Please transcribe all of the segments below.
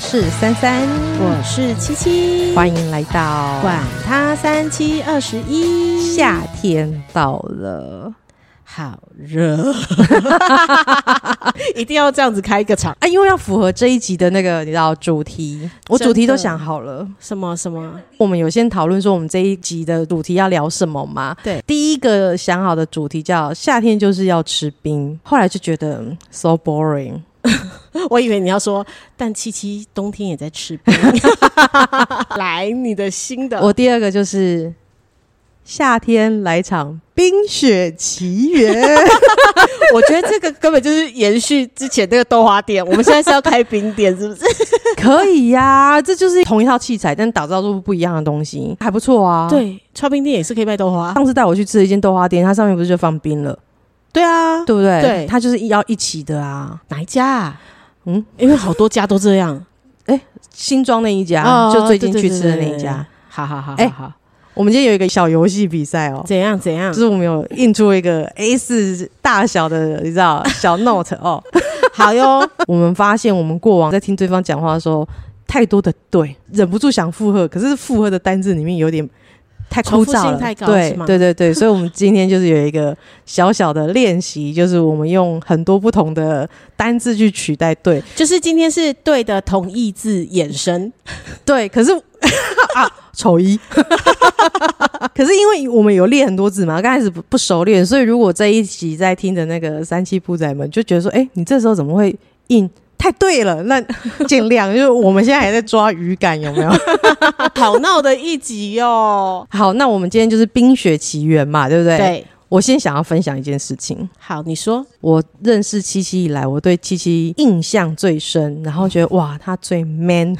是三三，我是七七，欢迎来到管他三七二十一，夏天到了，好热，一定要这样子开一个场，啊，因为要符合这一集的那个你知道主题，我主题都想好了。什么什么，我们有先讨论说我们这一集的主题要聊什么嘛？对第一个想好的主题叫夏天就是要吃冰，后来就觉得嗯 so boring。我以为你要说，但七七冬天也在吃 冰，来你的新的，我第二个就是夏天来场冰雪奇缘。我觉得这个根本就是延续之前那个豆花店，我们现在是要开冰店，是不是？可以呀、这就是同一套器材，但打造出不一样的东西，还不错啊。，对，超冰店也是可以卖豆花，上次带我去吃了一间豆花店，它上面不是就放冰了，对啊，对不对？对它就是要一起的啊。哪一家啊？嗯嗯，因为好多家都这样，新庄那一家，哦就最近去吃的那对对对一家。好好好，哎哎，好，我们今天有一个小游戏比赛哦，怎样怎样就？是我们有印出一个 A 四大小的，你知道小 note 哦。好哟， 我们发现我们过往在听对方讲话的时候，太多的对，忍不住想附和，可是附和的单字里面有点太枯重复燥性了，太高对是吗对对 对，所以我们今天就是有一个小小的练习，就是我们用很多不同的单字去取代对就是今天是对的同义字衍 生，对，可是 啊，丑一。 可是因为我们有练很多字嘛，刚开始不不熟练，所以如果这一集在听的那个三七铺仔们就觉得说，哎、你这时候怎么会硬？太对了，那尽量 就是我们现在还在抓语感，有没有？好啊闹的一集哟、好，那我们今天就是《冰雪奇缘》嘛，对不对？。 对，我先想要分享一件事情，好，你说我认识七七以来，我对七七印象最深，然后觉得哇，她最 man，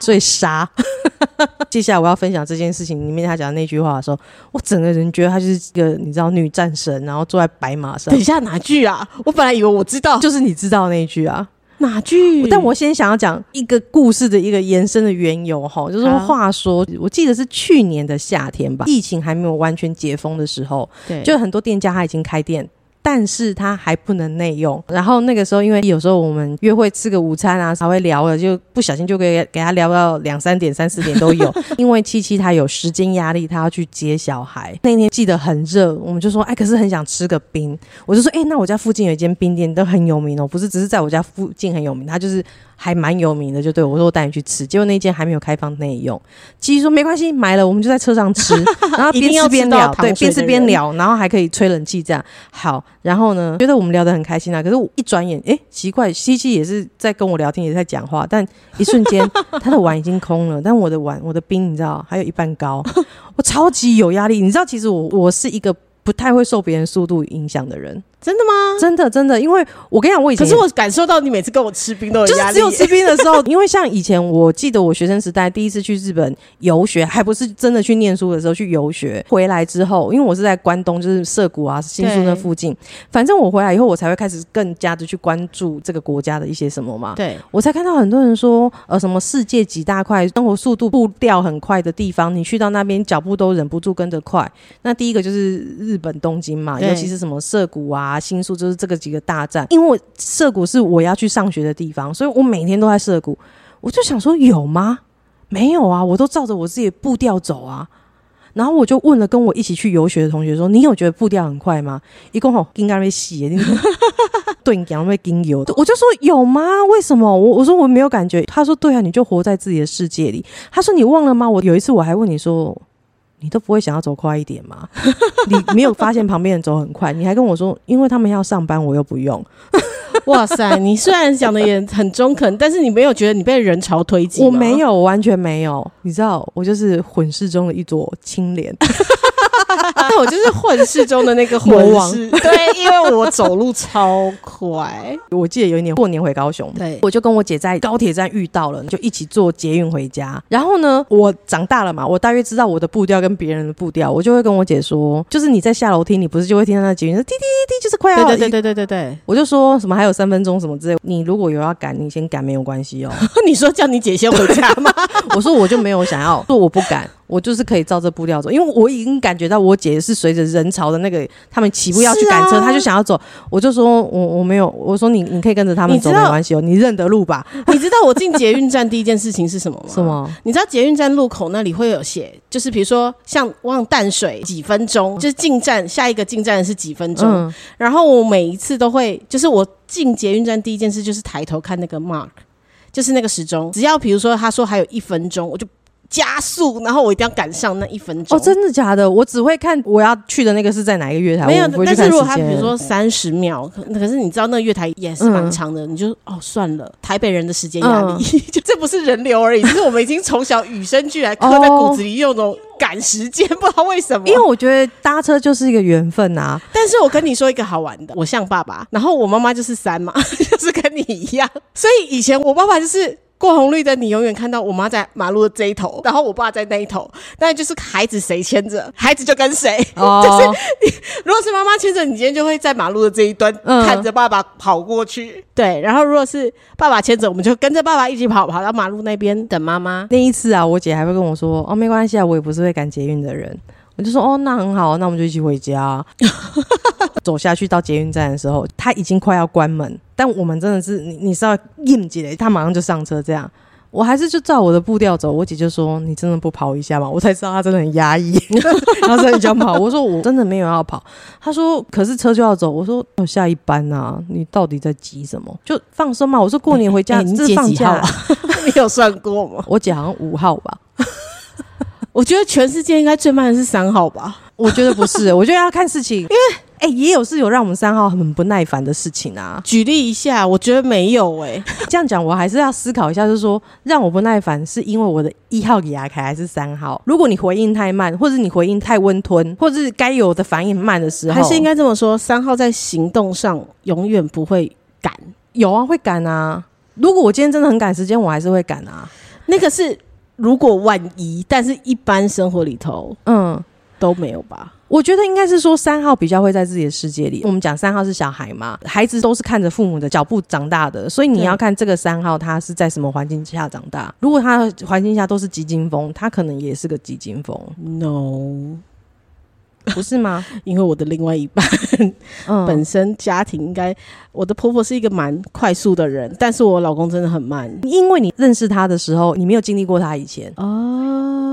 最傻。 接下来我要分享这件事情里面她讲的那句话的时候，我整个人觉得她就是一个你知道女战神，然后坐在白马上等一，下哪句啊？我本来以为我知道就是你知道那一句啊。哪句，但我先想要讲一个故事的一个延伸的缘由哈，就是说好话说，我记得是去年的夏天吧，疫情还没有完全解封的时候，对就很多店家他已经开店。但是他还不能内用。然后那个时候，因为有时候我们约会吃个午餐啊，稍微聊了，就不小心就给给他聊到两三点、三四点都有。因为七七她有时间压力，她要去接小孩。那天记得很热，我们就说，哎，可是很想吃个冰。我就说，哎，那我家附近有一间冰店都很有名哦，不是只是在我家附近很有名，它就是还蛮有名的。就对我说，我带你去吃。结果那间还没有开放内用。七七说没关系，买了我们就在车上 吃。然后一定边吃要边吃到聊，糖对，水边吃的边人聊，然后还可以吹冷气这样。好，然后呢，觉得我们聊得很开心啊。可是我一转眼，哎，奇怪，西西也是在跟我聊天，也在讲话，但一瞬间 他的碗已经空了，但我的碗，我的冰，你知道，还有一半高，我超级有压力。你知道，其实我我是一个不太会受别人速度影响的人，真的吗？真的真的，因为我跟你讲，我以前可也是我感受到你每次跟我吃冰都有就压是力，只有吃冰的时候， 因为像以前，我记得我学生时代第一次去日本游学，还不是真的去念书的时候去游学，回来之后，因为我是在关东，就是涩谷啊、新宿那附近，反正我回来以后，我才会开始更加的去关注这个国家的一些什么嘛。 对，我才看到很多人说，呃，什么世界几大块，生活速度步调很快的地方，你去到那边脚步都忍不住跟着快。那第一个就是日本东京嘛，对尤其是什么涩谷啊、新宿，就是这个几个大站。因为我涩谷是我要去上学的地方，所以我每天都在涩谷。我就想说，有吗？没有啊，我都照着我自己的步调走啊。然后我就问了跟我一起去游学的同学说：“你有觉得步调很快吗？”一共吼应该被洗耶，你对，你讲被跟油。我就说有吗？为什么？我我说我没有感觉。他说对啊，你就活在自己的世界里。他说你忘了吗？我有一次我还问你说，你都不会想要走快一点吗？ 你没有发现旁边人走很快，你还跟我说，因为他们要上班，我又不用。哇塞，你虽然讲的也很中肯，但是你没有觉得你被人潮推挤吗我没， 有，我完全没有。你知道，我就是混世中的一朵青莲。 但我就是混世中的那个魔混王世， 对，因为我走路超快，我记得有一年过年回高雄， 对我就跟我姐在高铁站遇到了，就一起坐捷运回家。然后呢，我长大了嘛，我大约知道我的步调跟别人的步调，我就会跟我姐说，就是你在下楼梯，你不是就会听到那捷运说滴滴滴滴，就是快要对对啊对对对对对， 我就说什么还有三分钟什么之类，你如果有要赶，你先赶没有关系哦。你说叫你姐先回家吗？我说我就没有想要，说我不敢，我就是可以照这步调走，因为我已经感觉到我姐是随着人潮的那个，他们起步要去是啊赶车，她就想要走，我就说我我没有，我说你你可以跟着他们你知走道没关系哦，你认得路吧？ 你知道我进捷运站第一件事情是什么吗？什？么？你知道捷运站路口那里会有写，就是比如说像往淡水几分钟，就是进站下一个进站是几分钟。嗯，然后我每一次都会，就是我进捷运站第一件事就是抬头看那个 mark，就是那个时钟。只要比如说他说还有一分钟，我就加速，然后我一定要赶上那一分钟。哦，真的假的？我只会看我要去的那个是在哪一个月台，没有我不，会去但是看如果时他间比如说三十秒，可可是你知道那个月台也是蛮嗯长的，你就哦算了，台北人的时间压力， 就这不是人流而已，这是我们已经从小与生俱来刻在骨子里，有种赶时间，不知道为什么。哦因为我觉得搭车就是一个缘分啊， 但是我跟你说一个好玩的，我像爸爸，然后我妈妈就是三嘛， 就是跟你一样，所以以前我爸爸就是。过红绿灯，你永远看到我妈在马路的这一头，然后我爸在那一头，但就是孩子谁牵着，孩子就跟谁。哦，如果是妈妈牵着你，今天就会在马路的这一端、嗯看着爸爸跑过去。对，然后如果是爸爸牵着，我们就跟着爸爸一起跑，跑到马路那边等妈妈。那一次啊，我姐还会跟我说：“哦，没关系啊，我也不是会赶捷运的人。”我就说：“哦，那很好，那我们就一起回 家。”啊走下去到捷运站的时候，他已经快要关门，但我们真的是你你是要硬起来，他马上就上车这样。我还是就照我的步调走。我姐就说：“你真的不跑一下吗？”我才知道她真的很压 抑，然后真的很想跑。我说：“我真的没有要跑。”她说：“可是车就要走。”我说：“有下一班啊，你到底在急什么？就放松嘛。”我说：“过年回家、哎你这姐是放几假号啊。 你有算过吗？我姐好像五号吧，我觉得全世界应该最慢的是三号吧。我觉得不是， 我觉得要看事情，因为哎、也有是有让我们三号很不耐烦的事情啊。举例一下，我觉得没有欸诶、这样讲，我还是要思考一下，就是说让我不耐烦是因为我的一号给牙开还是三号？如果你回应太慢，或者你回应太温吞，或者是该有的反应慢的时候，还是应该这么说，三号在行动上永远不会赶，有啊，会赶啊。如果我今天真的很赶时间，我还是会赶啊。那个是如果万一，但是一般生活里头嗯。都没有吧。我觉得应该是说三号比较会在自己的世界里。我们讲三号是小孩嘛，孩子都是看着父母的脚步长大的，所以你对要看这个三号他是在什么环境下长大。如果他的环境下都是急惊风，他可能也是个急惊风， No，不是吗？因为我的另外一半、 嗯，本身家庭应该，我的婆婆是一个蛮快速的人，但是我老公真的很慢。因为你认识他的时候，你没有经历过他以前。哦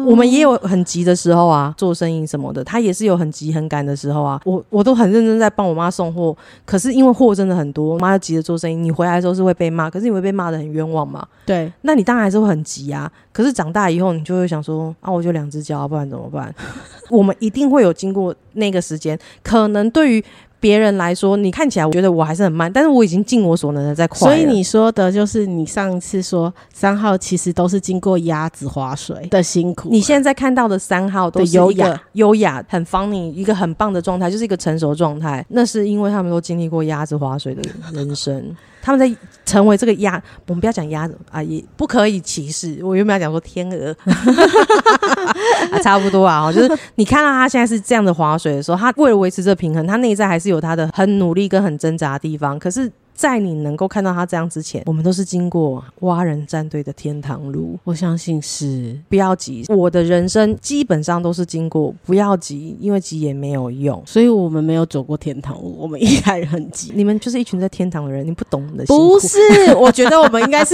我们也有很急的时候啊，做生意什么的，他也是有很急很赶的时候啊。我我都很认真在帮我妈送货，可是因为货真的很多，我妈急着做生意，你回来的时候是会被骂，可是你会被骂的很冤枉嘛。对，那你当然还是会很急啊。可是长大以后，你就会想说啊，我就两只脚啊，不然怎么办？ 我们一定会有经过那个时间，可能对于别人来说，你看起来我觉得我还是很慢，但是我已经尽我所能的在快所了。以你说的就是你上一次说三号其实都是经过鸭子划水的辛苦，你现在看到的三号都的是一个优雅、优雅、很 funny、一个很棒的状态，就是一个成熟状态。那是因为他们都经历过鸭子划水的人生， 他们在成为这个鸭，我们不要讲鸭子啊，也不可以歧视。我原本要讲说天鹅， 啊、差不多啊，哦就是你看到他现在是这样的划水的时候，他为了维持这平衡，他内在还是有他的很努力跟很挣扎的地方，可是。在你能够看到他这样之前，我们都是经过蛙人战队的天堂路。我相信是不要急，我的人生基本上都是经过不要急，因为急也没有用。所以我们没有走过天堂路，我们依然很急。你们就是一群在天堂的人，你不懂你的辛苦。不是， 我觉得我们应该是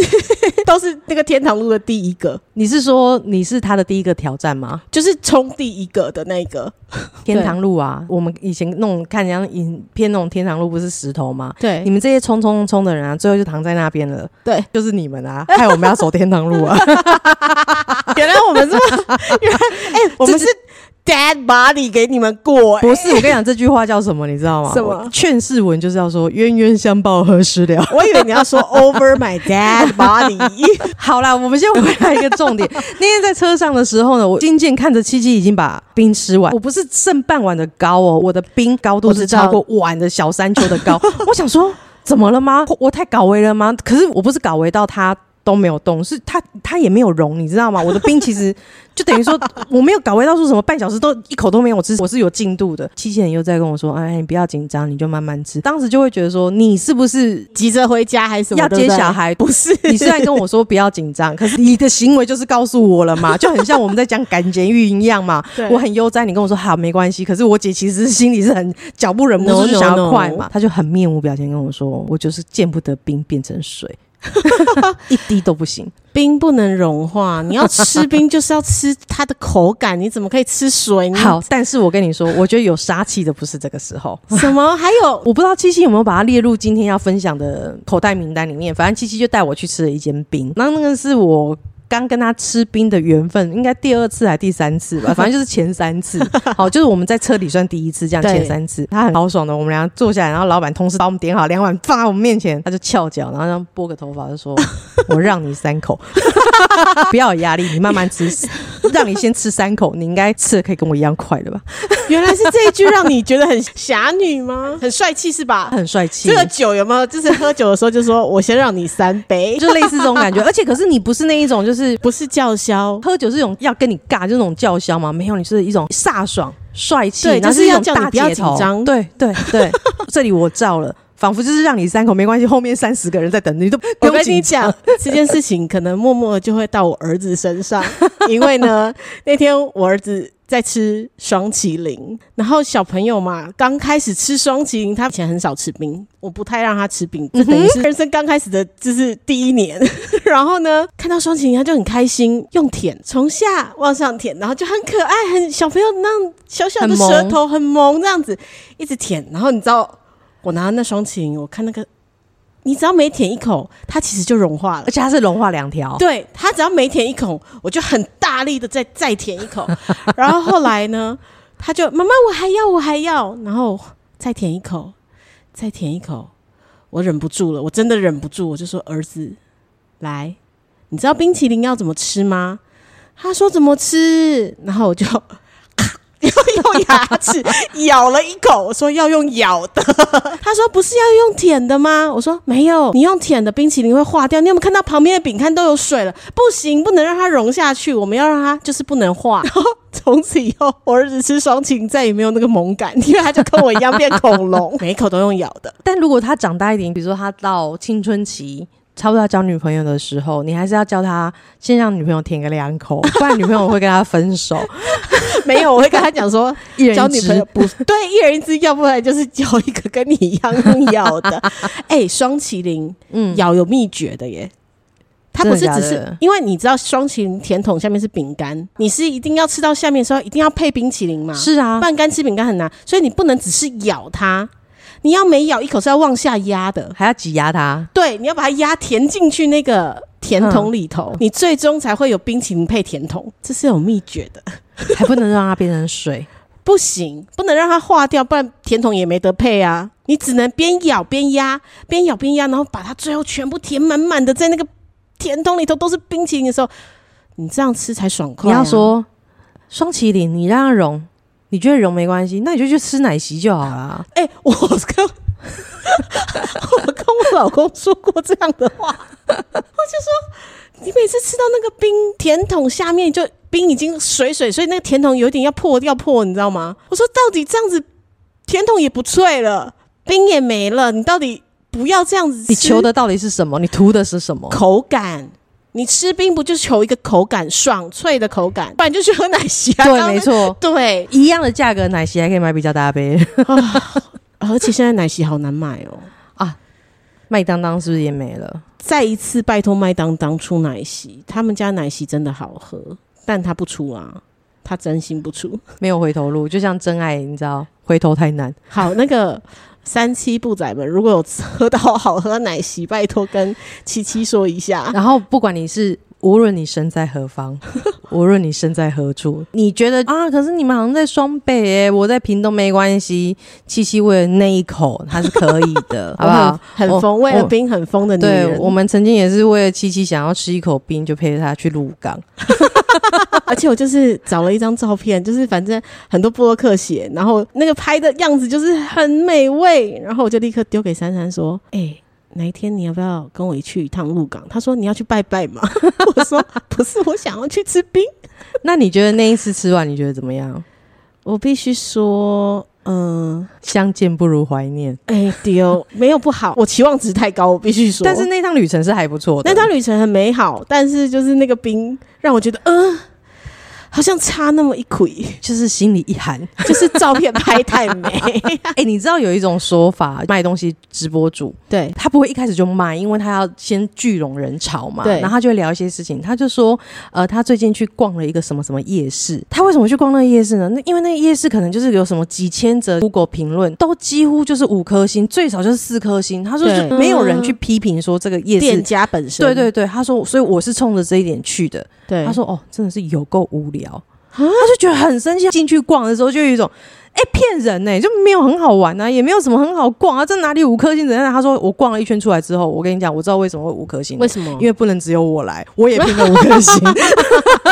都是那个天堂路的第一个，你是说你是他的第一个挑战吗？就是冲第一个的那个。天堂路啊，我们以前那种看人家影片那种天堂路不是石头吗？对你们这些冲冲冲冲的人啊，最后就躺在那边了。对，就是你们 啊，害我们要走天堂路啊。原来我们是，原来 哎、我们是 dead body 给你们过、哎不是，我跟你讲这句话叫什么，你知道吗？什么我劝世文就是要说冤冤相报何时了。 我以为你要说 over my dead body， 好啦，我们先回来一个重点。那天在车上的时候呢，我惊见看着七七已经把冰吃完，我不是剩半碗的高哦，我的冰高度我知是道超过碗的小山丘的高。我想说，怎么了吗？我我太搞维了吗？可是我不是搞维到他都没有动，是他他也没有融，你知道吗？我的冰其实就等于说我没有搞味道，说什么半小时都一口都没有吃，我是有进度的。机器人又在跟我说：“哎，你不要紧张，你就慢慢吃。”当时就会觉得说，你是不是 急着回家还是什么要对不接对小孩？不 是，你虽然跟我说不要紧张，可是你的行为就是告诉我了 嘛，就很像我们在讲赶监狱一样嘛对。我很悠哉，你跟我说好没关系，可是我姐其实心里是很脚步忍不 No, 住 no, 就想要快 no 嘛，她就很面无表情跟我说，我就是见不得冰变成水， 一滴都不行。冰不能融化，你要吃冰就是要吃它的口感，你怎么可以吃水？你好，但是我跟你说，我觉得有杀气的不是这个时候。什么？还有 我不知道七七有没有把它列入今天要分享的口袋名单里面。反正七七就带我去吃了一间冰，那那个是我。刚跟他吃冰的缘分，应该第二次还第三次吧，反正就是前三次。好，就是我们在车里算第一次，这样对前三次，他很豪爽的，我们俩坐下来，然后老板同时把我们点好两碗放在我们面前，他就翘脚，然后这样拨个头发，就说：“我让你三口， 不要有压力，你慢慢吃，让你先吃三口，你应该吃的可以跟我一样快了吧原来是这一句让你觉得很侠女吗？很帅气是？”吧他？很帅气，这个酒有没有？就是喝酒的时候就说我先让你三杯，就类似这种感觉。而且可是你不是那一种，就是不是叫嚣。喝酒是一种要跟你尬，就是那种叫嚣嘛。没有，你是一种飒爽、帅气，对然后就是一要种叫你大不要姐紧头张对对 对，这里我照了。仿佛就是让你三口没关系，后面三十个人在等你，都不我用跟你紧张。讲， 这件事情可能默默地就会到我儿子身上， 因为呢，那天我儿子在吃双麒麟，然后小朋友嘛，刚开始吃双麒麟，他以前很少吃冰，我不太让他吃冰，嗯就等于是人生刚开始的，就是第一年。 然后呢，看到双麒麟，他就很开心，用舔，从下往上舔，然后就很可爱，很小朋友那样小小的很萌舌头很萌这样子，一直舔。然后你知道，我拿那双麒麟，我看那个。你只要每舔一口，它其实就融化了而。且它是融化两条，对他只要每舔一口，我就很大力的再再舔一口， 然后后来呢，他就妈妈我还要我还要，然后再舔一口，再舔一口，我忍不住了，我真的忍不住，我就说儿子，来，你知道冰淇淋要怎么吃吗？他说怎么吃，然后我就 用用牙齿咬了一口，我说要用咬的。他说不是要用舔的吗？我说没有，你用舔的冰淇淋会化掉。你有没有看到旁边的饼干都有水了？不行，不能让它融下去，我们要让它就是不能化。 然后从此以后，我儿子吃双擎再也没有那个萌感，因为他就跟我一样变恐龙， 每一口都用咬的。但如果他长大一点，比如说他到青春期，差不多要交女朋友的时候，你还是要教他先让女朋友舔个两口，不然女朋友会跟他分 手。没有，我会跟他讲说，一人一交女朋友只不 对，一人一只，要不然就是交一个跟你一样用 咬的。哎、双麒麟，嗯，咬有秘诀的耶。它不是真的只假是的因为你知道双麒麟甜筒下面是饼干，你是一定要吃到下面的时候一定要配冰淇淋嘛，是啊，半干吃饼干很难，所以你不能只是咬它，你要每咬一口是要往下压的，还要挤压他。对，你要把它压填进去那个甜嗯筒里头，你最终才会有冰淇淋配甜筒，这是有秘诀的。还不能让它变成水。不行，不能让它化掉，不然甜筒也没得配啊。你只能边咬边压，边咬边压，然后把它最后全部填满满的，在那个甜筒里头都是冰淇淋的时候，你这样吃才爽你快、啊要，说双麒麟，你让它融，你觉得融没关系，那你就去吃奶昔就好啊啦。哎、我跟我跟我老公说过这样的话，我就说，你每次吃到那个冰甜筒下面就冰已经水水，所以那个甜筒有点要破掉破，你知道吗？我说到底这样子，甜筒也不脆了，冰也没了，你到底不要这样子吃，你求的到底是什么？你图的是什么？口感。你吃冰不就求一个口感爽脆的口感，不然就去喝奶昔啊？对 刚，刚没错，，对一样的价格，奶昔还可以买比较大杯。 而且现在奶昔好难买哦。麦当当是不是也没了？再一次拜托麦当当出奶昔，他们家奶昔真的好喝，但他不出啊，他真心不出。 没有回头路，就像真爱，你知道，回头太难。好，那个三七部仔们，如果有喝到好喝奶昔，拜托跟七七说一下。然后不管你是，无论你身在何方， 无论你身在何处，你觉得啊，可是你们好像在双北诶、我在屏东没关系。七七为了那一口，它是可以的， 好不好？很我疯，为了我冰很疯的女对人。我们曾经也是为了七七想要吃一口冰，就陪着他去鹿 港。而且我就是找了一张照片，就是反正很多布洛克写，然后那个拍的样子就是很美味，然后我就立刻丢给珊珊说：“哎、哪一天你要不要跟我去一趟鹿港？”他说：“你要去拜拜吗？” 我说：“不是，我想要去吃冰。那你觉得那一次吃完，你觉得怎么样？”我必须说，嗯、相见不如怀念。哎、丢，没有不好，我期望值太高，我必须说。但是那趟旅程是还不错的，那趟旅程很美好，但是就是那个冰让我觉得，嗯、好像差那么一魁，就是心里一寒。 就是照片拍太美。 哎、你知道有一种说法，卖东西直播主对，他不会一开始就卖，因为他要先聚拢人潮嘛。对然后他就会聊一些事情，他就说，呃，他最近去逛了一个什么什么夜市。他为什么去逛那个夜市呢？那因为那个夜市可能就是有什么几千则 Google 评论，都几乎就是五颗星，最少就是四颗星。他说对就没有人去批评说这个夜店市。家本身，对对对，他说，所以我是冲着这一点去的。对，他说：“哦，真的是有够无啊聊。”他就觉得很生气。进去逛的时候，就有一种，哎、骗人呢、就没有很好玩啊，也没有什么很好逛啊，这哪里五颗星怎样？他说：“我逛了一圈出来之后，我跟你讲，我知道为什么会五颗星了，为什么？因为不能只有我来，我也拼了五颗星。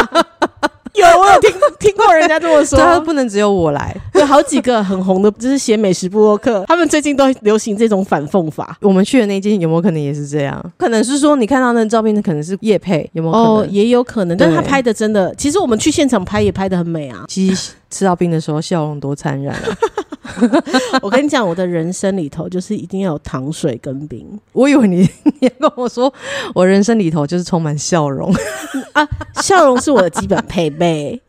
有我有听听过人家这么对，他说说，不能只有我来。有好几个很红的，就是写美食部落客，他们最近都流行这种反讽法。我们去的那间有没有可能也是这样？可能是说你看到那照片，可能是叶配，有没有可哦，能？也有可能，但是他对。拍的真的，其实我们去现场拍也拍的很美啊鸡吃到冰的时候，笑容多灿烂、啊！ 我跟你讲，我的人生里头就是一定要有糖水跟冰我以为你 你要跟我说，我人生里头就是充满笑容。 啊，笑容是我的基本配备。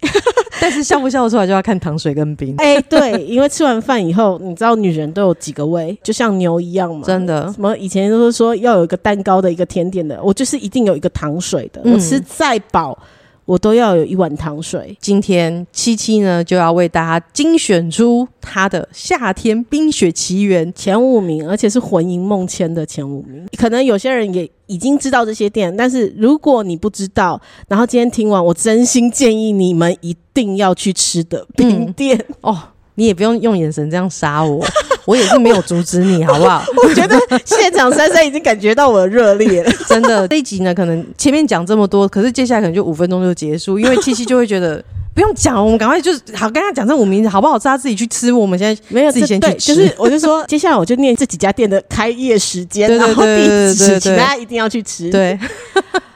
但是笑不笑得出来就要看糖水跟冰，哎、对，因为吃完饭以后，你知道女人都有几个胃，就像牛一样嘛。真的什么以前都是说要有一个蛋糕的一个甜点的，我就是一定有一个糖水的，嗯我吃再饱，我都要有一碗糖水。今天七七呢就要为大家精选出她的夏天冰雪奇缘。前五名，而且是魂萦梦牵的前五名。可能有些人也已经知道这些店，但是如果你不知道，然后今天听完，我真心建议你们一定要去吃的冰店。 哦，你也不用用眼神这样杀我， 我也是没有阻止你，好不好？我觉得现场珊珊已经感觉到我的热烈了。真的，这一集呢可能前面讲这么多，可是接下来可能就五分钟就结束，因为七七就会觉得。不用讲，我们赶快就是好，跟他讲这五名好不好吃，他自己去吃。我们现在没有， 自己这先去对，吃就是我就说，接下来我就念这几家店的开业时间，对对然后对对地对址，对请大家一定要去吃。，对，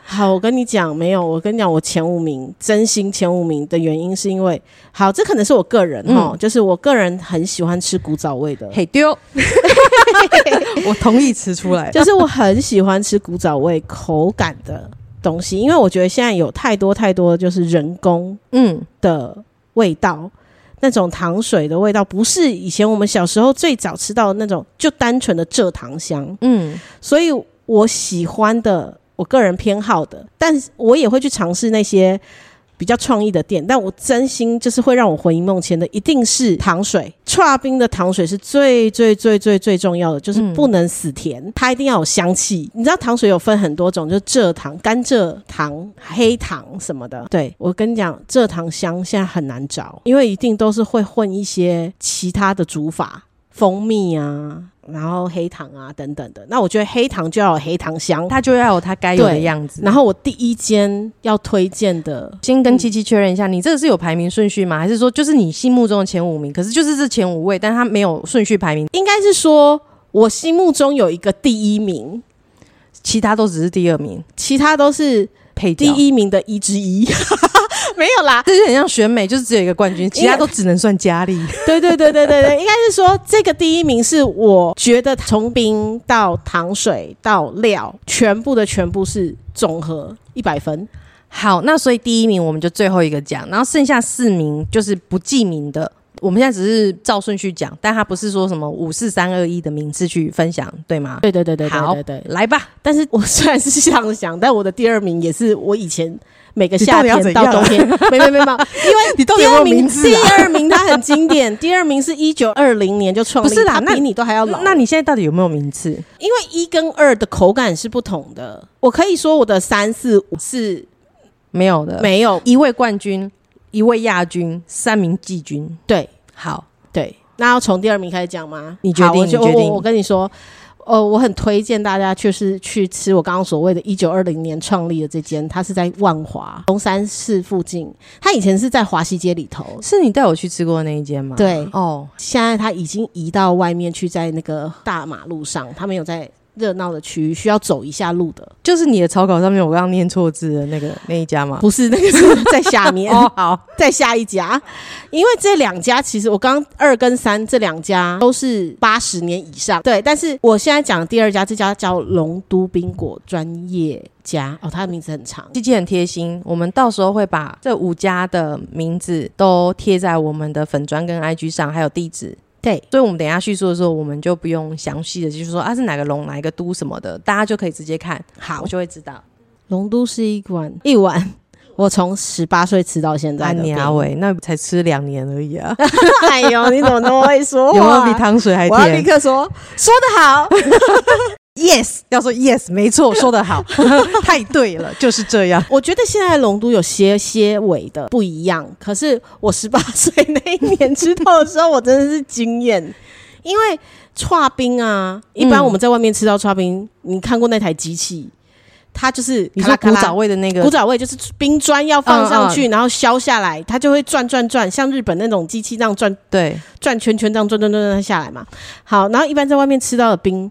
好，我跟你讲，没有，我跟你讲，我前五名，真心前五名的原因是因为，好，这可能是我个人哈、就是我个人很喜欢吃古早味的， 嘿丢， 我同意吃出来。就是我很喜欢吃古早味口感的东西，因为我觉得现在有太多太多就是人工 嗯，的味道，那种糖水的味道，不是以前我们小时候最早吃到的那种，就单纯的蔗糖香。嗯，所以我喜欢的，我个人偏好的，但是我也会去尝试那些比较创意的店。但我真心就是会让我魂萦梦牵的，一定是糖水。串冰的糖水是最最最最最重要的，就是嗯不能死甜，它一定要有香气。你知道糖水有分很多种，就是蔗糖、甘蔗糖、黑糖什么的。对我跟你讲，蔗糖香现在很难找，因为一定都是会混一些其他的煮法。蜂蜜啊，然后黑糖啊等等的。那我觉得黑糖就要有黑糖香。他就要有他该有的对样子。然后我第一间要推荐的，先跟七七确认一下，你这个是有排名顺序吗？还是说就是你心目中的前五名？可是就是这前五位，但他没有顺序排名，应该是说我心目中有一个第一名，其他都只是第二名其他都是配第角。，一名的一之一， 没有啦。这就很像选美，就是只有一个冠军，其他都只能算佳丽。对对对对对对，应该是说这个第一名是我觉得从冰到糖水到料，全部的全部是总和一百分。好，那所以第一名我们就最后一个讲，然后剩下四名就是不记名的。我们现在只是照顺序讲，但他不是说什么五四三二一的名次去分享，对吗？对对对对好对对对。来 吧，但是我虽然是这样想，但我的第二名也是我以前每个你夏到底要天怎到样啊冬天，没没没没，因为你到第二名啊字第？二名它很经典，第二名是一九二零年就创立，不是啦它那比你都还要老。那你现在到底有没有名次？因为一跟二的口感是不同的，我可以说我的三四五是没有的，没有一位冠军，一位亚军，三名季军。对好，对。那要从第二名开始讲吗？你决定好我就你决定我我跟你说。哦，我很推荐大家就是去吃我刚刚所谓的1920年创立的这间，它是在万华龙山市附近，它以前是在华西街里头，是你带我去吃过的那一间吗？，对，哦，现在它已经移到外面去，在那个大马路上，他们有在热闹的区域，需要走一下路的，就是你的草稿上面我刚刚念错字的那个 那一家吗？不是那个是在 下面，哦，好，在下一家，因为这两家其实我刚二跟三这两家都是八十年以上，对，但是我现在讲的第二家这家叫龙都冰果专业家，哦，它的名字很长。机器很贴心，我们到时候会把这五家的名字都贴在我们的粉砖跟 IG 上，还有地址。对，所以我们等一下叙述的时候，我们就不用详细的，就是说啊是哪个龙、哪一个都什么的，大家就可以直接看，好我，就会知道。龙都是一碗一碗，我从十八岁吃到现在安的妮啊冰。阿伟，那才吃两年而已 啊， 哎呦，你怎么那么会说有没有话？比糖水还我要立甜？刻说，说得好。 yes，要说 yes，没错，说得 好，太对了，就是这样。我觉得现在龙都有些些尾的不一样，可是我十八岁那一年知道的时候，我真的是惊艳，因为串冰啊，一般嗯我们在外面吃到串冰，你看过那台机器，它就是你咔说啦咔古啦早味的嗯那个古早味就是冰砖要放上去，然后削下来，它就会转转转，像日本那种机器这样转对，转圈圈，这样转转转转下来嘛。好，然后一般在外面吃到的冰，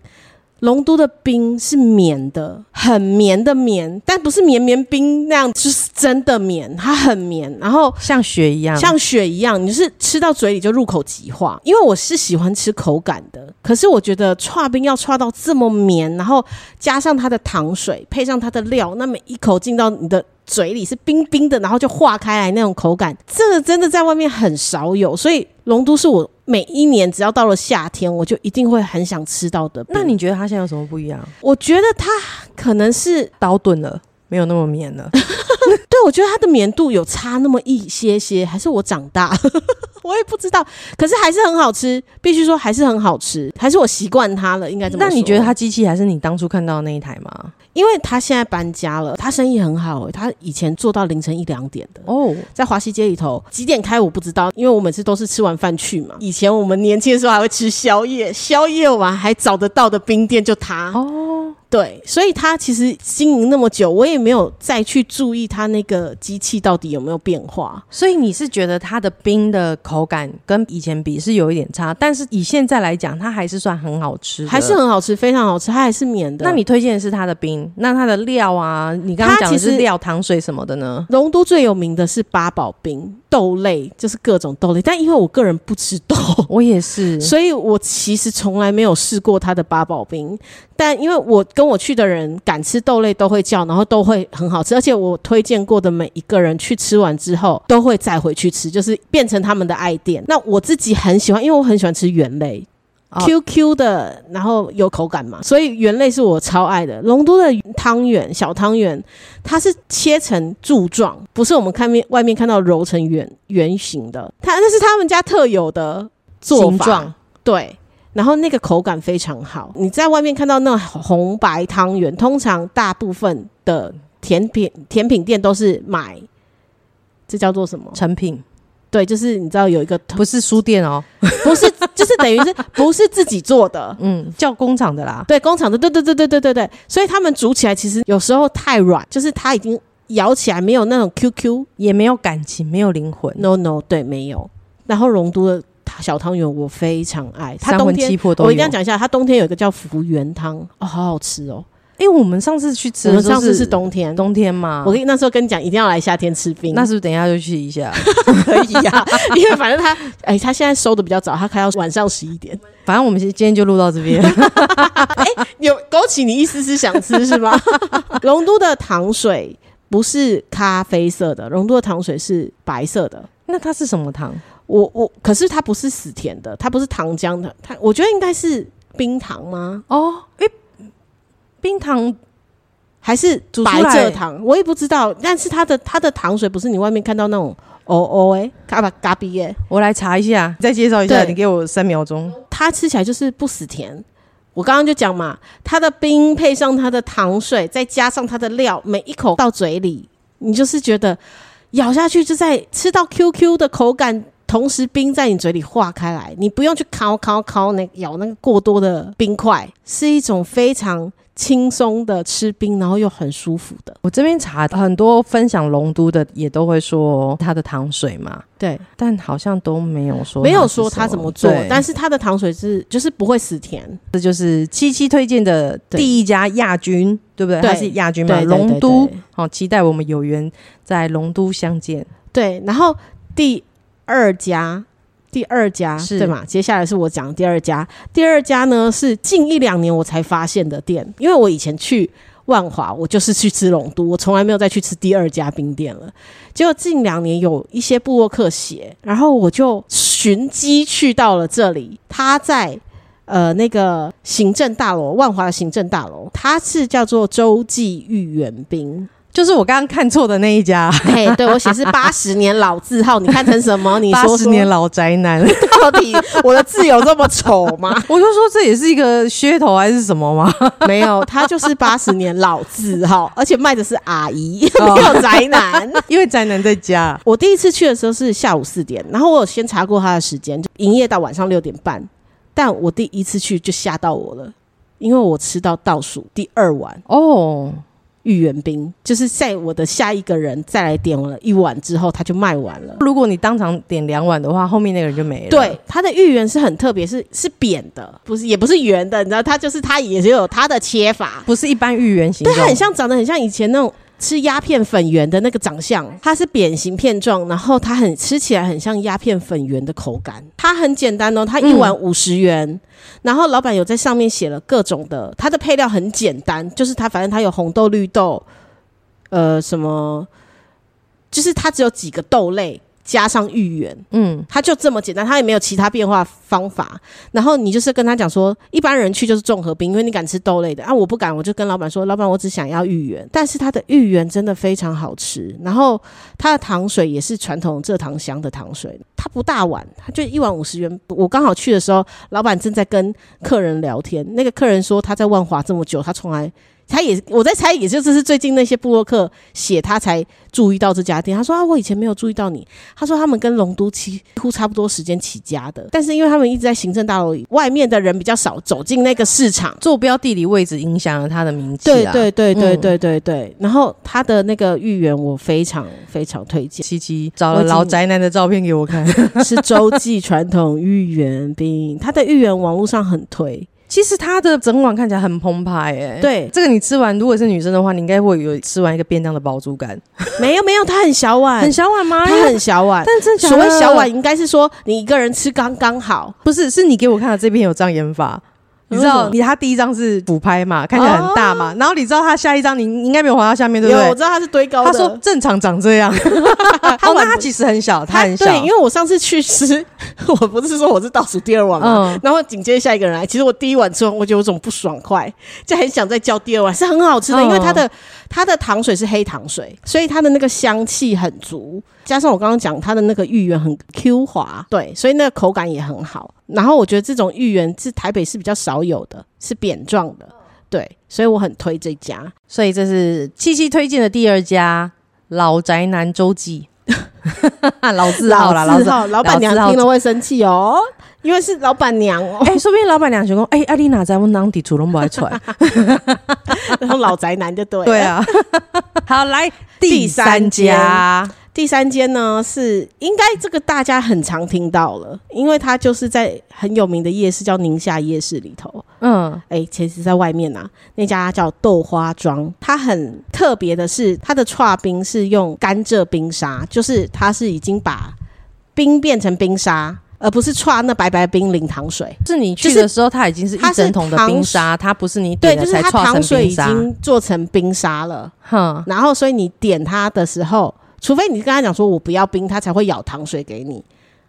龙都的冰是绵的，很绵的绵，但不是绵绵冰那样，就是真的绵，它很绵，然后像雪一样，像雪一样，你就是吃到嘴里就入口即化。因为我是喜欢吃口感的，可是我觉得串冰要串到这么绵，然后加上它的糖水，配上它的料，那么一口进到你的。嘴里是冰冰的，然后就化开来那种口感，这个真的在外面很少有，所以龙都是我每一年只要到了夏天，我就一定会很想吃到的冰。那你觉得它现在有什么不一样？我觉得它可能是刀钝了，没有那么绵了。对，我觉得它的绵度有差那么一些些，还是我长大， 我也不知道。可是还是很好吃，必须说还是很好吃，还是我习惯它了，应该这么那说。你觉得它机器还是你当初看到的那一台吗？因为他现在搬家了，他生意很好、欸，他以前做到凌晨一两点的。哦，在华西街里头，几点开我不知道，因为我每次都是吃完饭去嘛。以前我们年轻的时候还会吃宵夜，宵夜完还找得到的冰店就它。哦，对，所以他其实经营那么久，我也没有再去注意他那个机器到底有没有变化。所以你是觉得它的冰的口感跟以前比是有一点差，但是以现在来讲，它还是算很好吃的，还是很好吃，非常好吃，它还是绵的。那你推荐的是它的冰，那它的料啊，你刚刚它讲的其是实料、糖水什么的呢？龙都最有名的是八宝冰豆类，就是各种豆类，但因为我个人不吃豆。我也是，所以我其实从来没有试过它的八宝冰，但因为我跟我去的人敢吃豆类都会叫，然后都会很好吃，而且我推荐过的每一个人去吃完之后都会再回去吃，就是变成他们的爱店。那我自己很喜欢，因为我很喜欢吃原类，哦 QQ 的，然后有口感嘛，所以原类是我超爱的。龙都的汤圆小汤圆，它是切成柱状，不是我们看面外面看到揉成圆圆形的，它那是他们家特有的做形法状，对。然后那个口感非常好，你在外面看到那种红白汤圆，通常大部分的甜品甜品店都是买，这叫做什么？成品对，就是你知道有一个不是书店哦，不是，就是等于是不是自己做的， 嗯，叫工厂的啦。对，工厂的，对对对对对对对，所以他们煮起来其实有时候太软，就是它已经咬起来没有那种 QQ。也没有感情，没有灵魂， No no，对，没有。然后荣都的小汤圆我非常爱，它三冬魂七天魄都有。我一定要讲一下，它冬天有一个叫福元汤，哦，好好吃哦。因为我们上次去吃我的们时候上是次是冬天，冬天嘛，我跟你那时候跟你讲，一定要来夏天吃冰，那是不是等一下就去一下？ 可以啊呀、 因为反正他哎，他现在收的比较早，他开到晚上十一 点。 反正我们今天就录到这 边。有勾起你一丝丝想吃是吗？ 龙都的糖水不是咖啡色的，龙都的糖水是白色的。那它是什么糖？我我可是它不是死甜的，它不是糖浆的，它我觉得应该是冰糖吗？哦，诶，冰糖还是煮出白来蔗糖？我也不知道。但是它的它的糖水不是你外面看到那种哦哦哎嘎巴嘎比哎，我来查一下，再介绍一下，对你给我三秒钟。它吃起来就是不死甜。我刚刚就讲嘛，它的冰配上它的糖水，再加上它的料，每一口到嘴里，你就是觉得咬下去就在吃到 QQ 的口感，同时冰在你嘴里化开来，你不用去烤烤烤那咬那个过多的冰块，是一种非常轻松的吃冰，然后又很舒服的。我这边查很多分享龙都的也都会说它的糖水嘛，对，但好哦像都没有说没有说它怎么做，但是是它的糖水是就是不会死甜，这就是七七推荐的第一家亚军，对不对？对它是亚军嘛，对对对龙都对。好、期待我们有缘在龙都相见。对，然后第二家。第二家是对嘛？接下来是我讲第二家。第二家呢是近一两年我才发现的店，因为我以前去万华，我就是去吃龙都，我从来没有再去吃第二家冰店了。结果近两年有一些部落客写，然后我就寻机去到了这里。他在呃那个行政大楼，万华的行政大楼，它是叫做洲际御园冰。就是我刚刚看错的那一家， 嘿，对我写是八十年老字号，你看成什么？你八说十说年老宅男，我 到底我的字有这么丑吗？就说这也是一个噱头还是什么吗？没有，它就是八十年老字号，而且卖的是阿姨，哦 没有宅男。因为宅男在家，我第一次去的时候是下午四点，然后我有先查过它的时间，就营业到晚上六点半。但我第一次去就吓到我了，因为我吃到倒数第二碗哦，芋圆冰，就是在我的下一个人再来点了一碗之后，它就卖完了。如果你当场点两碗的话，后面那个人就没了。对，，它的芋圆是很特别，是是扁的，不是也不是圆的，你知道，它就是它也是有它的切法，不是一般芋圆形对，状，它很像长得很像以前那种吃鸦片粉圆的那个长相，它是扁形片状，然后它很吃起来很像鸦片粉圆的口感，它很简单哦，它一碗嗯五十元，然后老板有在上面写了各种的，它的配料很简单，就是它反正它有红豆、绿豆，呃，什么，就是它只有几个豆类加上芋圆。嗯，它就这么简单，它也没有其他变化方法。然后你就是跟他讲说，一般人去就是综合冰，因为你敢吃豆类的啊，我不敢，我就跟老板说，老板我只想要芋圆。但是它的芋圆真的非常好吃，然后它的糖水也是传统蔗糖香的糖水，它不大碗，它就一碗五十元。我刚好去的时候，老板正在跟客人聊天，那个客人说他在万华这么久，他从来。他也，我在猜，也就这是最近那些部落客写他才注意到这家店。他说啊，我以前没有注意到你，他说他们跟龙都几乎差不多时间起家的，但是因为他们一直在行政大楼里外面的人比较少走进那个市场。坐标地理位置影响了他的名气对啊。对对对嗯对对对，然后他的那个芋圆我非常非常推荐，七七找了老宅男的照片给我看。 是洲际传统芋圆冰，它的芋圆网络上很推，其实它的整碗看起来很澎湃诶、欸。，对，这个你吃完，如果是女生的话，你应该会有吃完一个便当的饱足感。没有没有，它很小碗很，小碗吗？它很小碗。但真的假所的谓小碗，应该是说你一个人吃刚刚好，不是，是你给我看的这篇有这样演法。你知道，嗯你他第一张是俯拍嘛，看起来很大嘛，然后你知道他下一张，你你应该没有滑到下面，对不有我对知？道它是堆高他的。 说正常长这样，哦，那 碗他不其实很小，他很小，对，因为我上次去吃， 我不是说我是倒数第二碗吗？嗯然后紧接着下一个人来，其实我第一碗吃完，我就有种不爽快，就很想再叫第二碗，是很好吃的，嗯因为它的它的糖水是黑糖水，所以它的那个香气很足，加上我刚刚讲它的那个芋圆很 Q 滑，对，所以那个口感也很好。然后我觉得这种芋圆是台北是比较少有的，是扁状的，对，所以我很推这家。所以这是七七推荐的第二家老宅男周记， 老字号啦，老字字号。号，老板娘老字号听了会生气哦，因为是老板娘哦。 哎、说不定老板娘想说，哎、阿丽娜在问当地主龙不爱出来。然后老宅男就对了。对，啊， 好来第三三家家，第三间呢是应该这个大家很常听到了，因为它就是在很有名的夜市叫宁夏夜市里头。嗯，哎、其实在外面啊，那家叫豆花庄，它很特别的是，它的刨冰是用甘蔗冰沙，就是它是已经把冰变成冰沙，而不是刨那白白冰淋糖水。是你去就是的时候，它已经是一它是整桶的糖冰沙，它不是你对，点就的才是它创成糖水冰已沙。经做成冰沙了。哼，然后所以你点它的时候，除非你跟他讲说我不要冰，他才会舀糖水给你。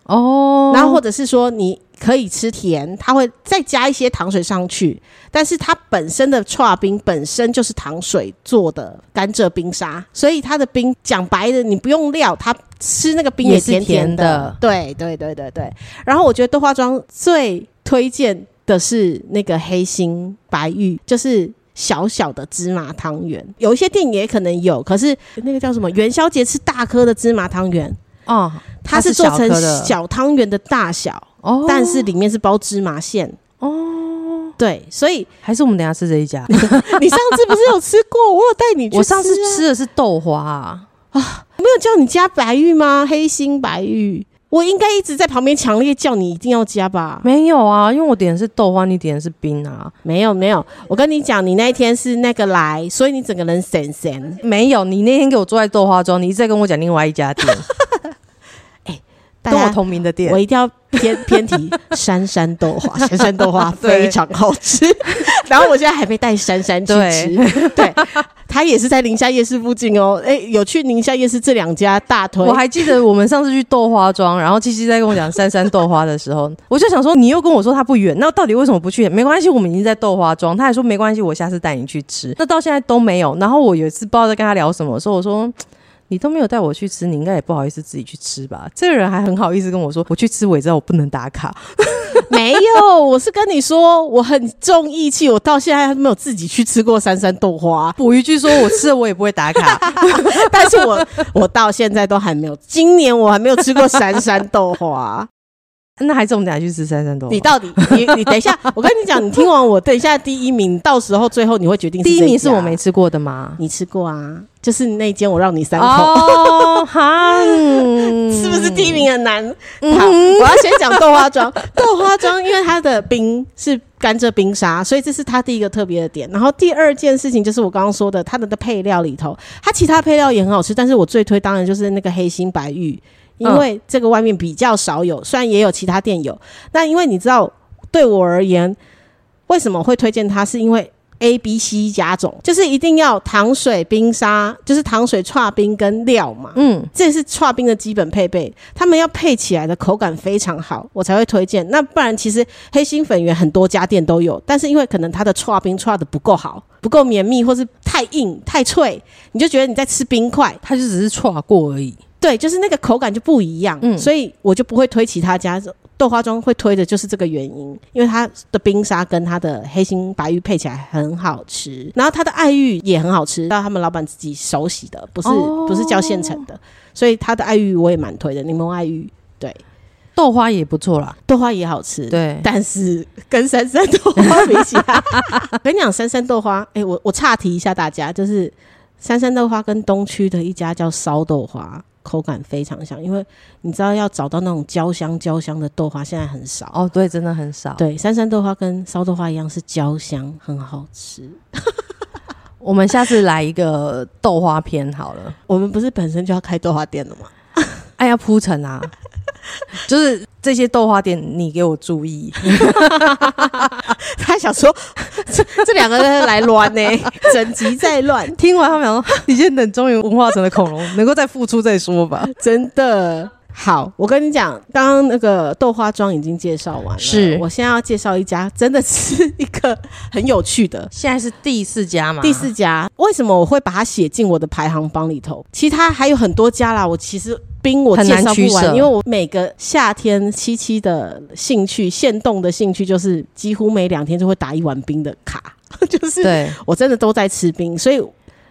哦，然后或者是说你可以吃甜，它会再加一些糖水上去，但是它本身的刨冰本身就是糖水做的甘蔗冰沙，所以它的冰讲白的，你不用料，它吃那个冰也是甜甜的。的对对对对对。然后我觉得豆花庄最推荐的是那个黑心白玉，就是。小小的芝麻汤圆，有一些店也可能有，可是那个叫什么元宵节吃大颗的芝麻汤圆，哦它是做成它是小颗的小汤圆的大小，哦，但是里面是包芝麻馅。哦，对，所 以还是我们等一下吃这一家？你上次不是有吃过？我有带你去、我上次，吃的是豆花、啊，没有叫你加白玉吗？黑心白玉，我应该一直在旁边强烈叫你一定要加吧？没有啊，因为我点的是豆花，你点的是冰啊，没有没有，我跟你讲，你那一天是那个来，所以你整个人神神。没有。你那天给我坐在豆花庄，你一直在跟我讲另外一家 店，大跟家我同名的店我。一定要偏偏题，山山豆花，山山豆花对非常好吃。 然后我现在还没带珊珊去吃， 对，它也是在宁夏夜市附近哦。哎，有去宁夏夜市这两家大推我，还记得我们上次去豆花庄，然后七七在跟我讲三山豆花的时候，我就想说你又跟我说它不远，那到底为什么不去？没关系，我们已经在豆花庄，他还说没关系，我下次带你去吃。那到现在都没有。然后我有一次不知道在跟他聊什么，说我说。你都没有带我去吃，你应该也不好意思自己去吃吧？这个人还很好意思跟我说，我去吃，我也知道我不能打卡。，没有，我是跟你说，我很重义气，我到现在还没有自己去吃过山山豆花 补一句说，我吃了我也不会打卡。 但是我我到现在都还没有，今年我还没有吃过山山豆 花。那还是我们等一下去吃三山豆花。你到底你你等一下，我跟你讲，你听完我，等一下第一名，到时候最后你会决定第一这名是家我没吃过的吗？你吃过啊，就是那间我让你三口。 哦，哈，是是不是第一？名很难？嗯好，我要先讲豆花庄。 豆花庄因为它的冰是甘蔗冰沙，所以这是它第一个特别的点。然后第二件事情就是我刚刚说的，它的配料里头，它其他配料也很好吃，但是我最推当然就是那个黑心白玉，因为嗯这个外面比较少有，虽然也有其他店有，那因为你知道，对我而言，为什么会推荐它，是因为。A、B、C 加种，就是一定要糖水冰沙，就是糖水串冰跟料嘛。嗯，这是串冰的基本配备，他们要配起来的口感非常好，我才会推荐。那不然其实黑心粉圆很多家店都有，但是因为可能它的串冰串的不够好，不够绵密，或是太硬太脆，你就觉得你在吃冰块，他就只是错过而已。对，就是那个口感就不一样，嗯所以我就不会推其他家。豆花庄会推的就是这个原因，因为它的冰沙跟它的黑心白玉配起来很好吃，然后它的爱玉也很好吃，到他们老板自己手洗的，不是、哦不是叫现成的，所以它的爱玉我也蛮推的，柠檬爱玉，对，豆花也不错啦，豆花也好吃，对，但是跟三三豆花比起来， 我跟你讲，三三豆花，哎、我我岔题一下大家，就是三三豆花跟东区的一家叫烧豆花，口感非常像，因为你知道要找到那种焦香焦香的豆花，现在很少。哦，对，真的很少。，对，三三豆花跟烧豆花一样是焦香，很好吃。我们下次来一个豆花篇好 了。我们不是本身就要开豆花店了吗？哎呀，铺陈 啊，就是这些豆花店，你给我注 意。 他想说，这这两个人来乱呢、 整集在乱，听完他们想说，你先等中原文化城的恐龙能够再复出再说吧。真的。好，我跟你讲，刚刚那个豆花庄已经介绍完了，是我现在要介绍一家，真的是一个很有趣的。现在是第四家嘛？第四家，为什么我会把它写进我的排行榜里头？其他还有很多家啦，我其实冰我很介难绍取不完，舍因为我每个夏天七七的兴趣，限动的兴趣就是几乎每两天就会打一碗冰的卡， 就是对，我真的都在吃冰，所以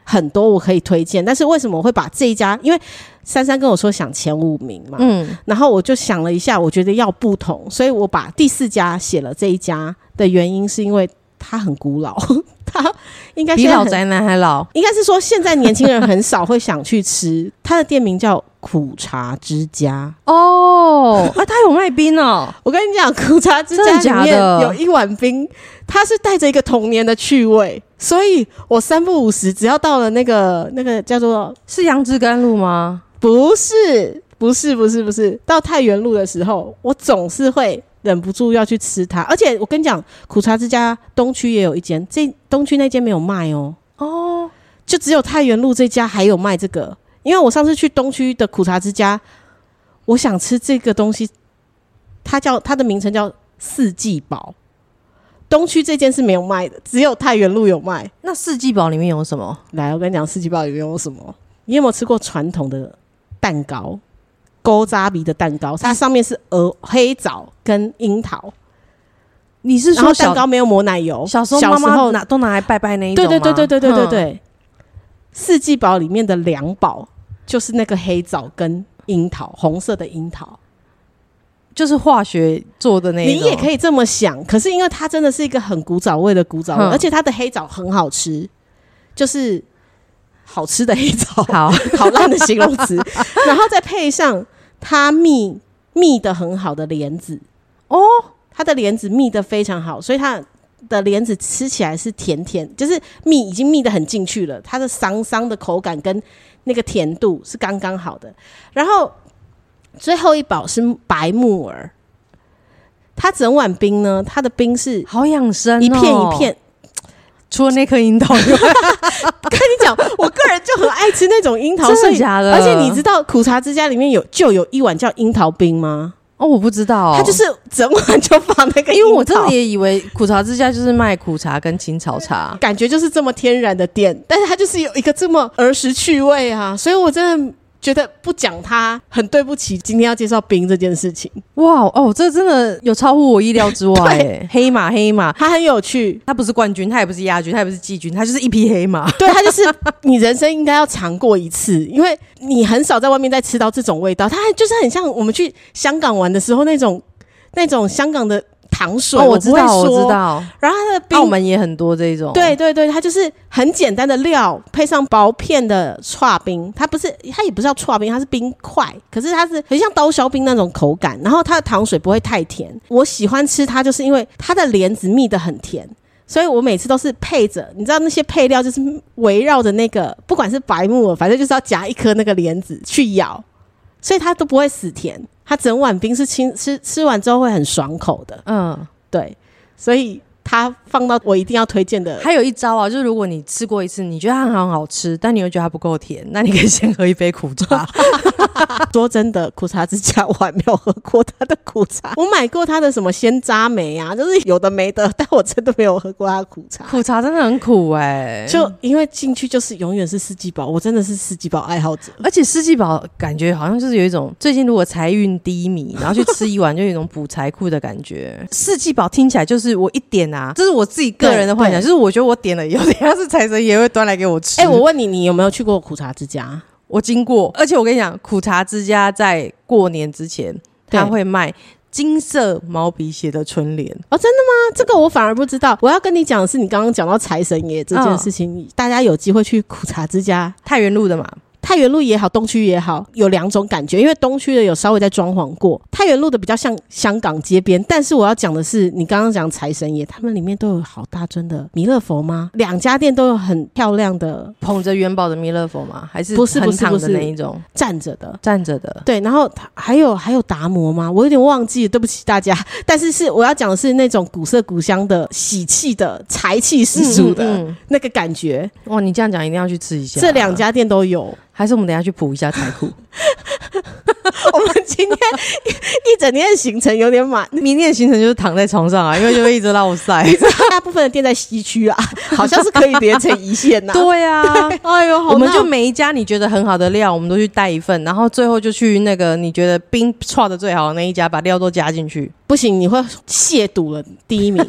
很多我可以推荐。但是为什么我会把这一家？因为珊珊跟我说想前五名嘛，嗯，然后我就想了一下，我觉得要不同，所以我把第四家写了这一家的原因，是因为它很古老， 它应该比现在老很宅男还老。应该是说现在年轻人很少会想去吃。它的店名叫苦茶之家。哦， 啊，他有卖冰哦，我跟你讲，苦茶之真家的假里面的有一碗冰，它是带着一个童年的趣味，所以我三不五时，只要到了那个那个叫做是杨枝甘露吗？不是不是不是不是到太原路的时候，我总是会忍不住要去吃它。而且我跟你讲，苦茶之家东区也有一间，这东区那间没有卖哦，哦，就只有太原路这家还有卖这个。因为我上次去东区的苦茶之家，我想吃这个东西，它叫它的名称叫四季宝。东区这间是没有卖的，只有太原路有卖。那四季宝里面有什么？来，我跟你讲，四季报里面有什么？你有没有吃过传统的蛋糕？勾扎鼻的蛋糕，它上面是鹅、黑枣跟樱桃，你是然后说蛋小糕没有抹奶油。小时候小妈时妈候拿都拿来拜拜那一种对吗对对对对对对嗯对，四季宝里面的两宝就是那个黑枣跟樱桃，红色的樱桃。就是化学做的那一你也可以以这么想，可是因为它真的是一个很古早味的古早味，嗯而且它的黑枣很好吃，就是好吃的黑枣，好 好烂的形容词，然后再配上它蜜蜜的很好的莲子， 哦，它的莲子蜜的非常好，所以它的莲子吃起来是甜甜，就是蜜已经蜜的很进去了，它的桑桑的口感跟那个甜度是刚刚好的。然后最后一宝是白木耳，它整碗冰呢，它的冰是好养生、哦，一片一片。除了那颗樱桃以外，跟你讲， 我个人就很爱吃那种樱 桃，真所的以假的而且你知道苦茶之家里面有就有一碗叫樱桃冰吗？哦，我不知道、它就是整碗就放那个樱桃，因为我真的也以为苦茶之家就是卖苦茶跟青草茶，感觉就是这么天然的店，但是它就是有一个这么儿时趣味啊，所以我真的觉得不讲它很对不起今天要介绍冰这件事情，哇哦，这真的有超乎我意料之外、 对欸黑马黑马，它很有趣。它不是冠军，它也不是亚军，它也不是季军，它就是一匹黑 马。对，它就是你人生应该要尝过一次，因为你很少在外面再吃到这种味道。它还就是很像我们去香港玩的时候那种那种香港的糖水，哦，我我哦知不会道，我说知。道，然后它的冰澳门也很多这种，对对对，它就是很简单的料，配上薄片的串冰，它不是它也不是叫串冰，它是冰块，可是它是很像刀削冰那种口感。然后它的糖水不会太甜，我喜欢吃它就是因为它的莲子蜜的很甜。所以我每次都是配着，你知道那些配料就是围绕着那个，不管是白木耳，反正就是要夹一颗那个莲子去咬，所以它都不会死甜。它整碗冰是清吃吃完之后会很爽口的，嗯，对，所以它放到我一定要推荐的 还有一招啊，就是如果你吃过一次，你觉得它很好吃，但你又觉得它不够甜，那你可以先喝一杯苦 茶。说真的，苦茶之家我还没有喝过它的苦茶， 我买过它的什么鲜渣梅啊，就是有的没的，但我真的没有喝过它的苦茶。苦茶真的很苦哎、就因为进去就是永远是四季宝，我真的是四季宝爱好者。而且四季宝感觉好像就是有一种最近如果财运低迷，然后去吃一碗就有一种补财库的感觉。 四季宝听起来就是我一点啊，这是我自己个人的幻想，对对就是我觉得我点了以后，等一下是财神爷会端来给我吃。哎、我问你，你有没有去过苦茶之家？我经过，而且我跟你讲，苦茶之家在过年之前对他会卖金色毛笔写的春联，哦，真的吗？这个我反而不知道。我要跟你讲的是，你刚刚讲到财神爷这件事情，大家有机会去苦茶之家太原路的嘛，太原路也好，东区也好，有两种感觉，因为东区的有稍微在装潢过，太原路的比较像香港街边。但是我要讲的是，你刚刚讲财神爷，他们里面都有好大尊的弥勒佛吗？两家店都有很漂亮的捧着元宝的弥勒佛嘛，还是不是横不是躺不的是那一种，站着的。站着的。对，然后它还有还有达摩吗？我有点忘记了，对不起大家。 但是是我要讲的是那种古色古香的、喜气的、财气十足的、嗯嗯嗯那个感觉，哇，你这样讲一定要去吃一下。啊这两家店 都有。还是我们等一下去补一下财库。我们今天一一整天的行程有点满， 明天的行程就是躺在床上啊，因为就会一直落晒。 大部分的店在西区 啊，好像是可以连成一线 呐、对呀、 哎呦，好我们闹就每一家你觉得很好的料，我们都去带一份，然后最后就去那个你觉得冰串的最好的那一家，把料都加进去。不行，你会亵渎了第一名。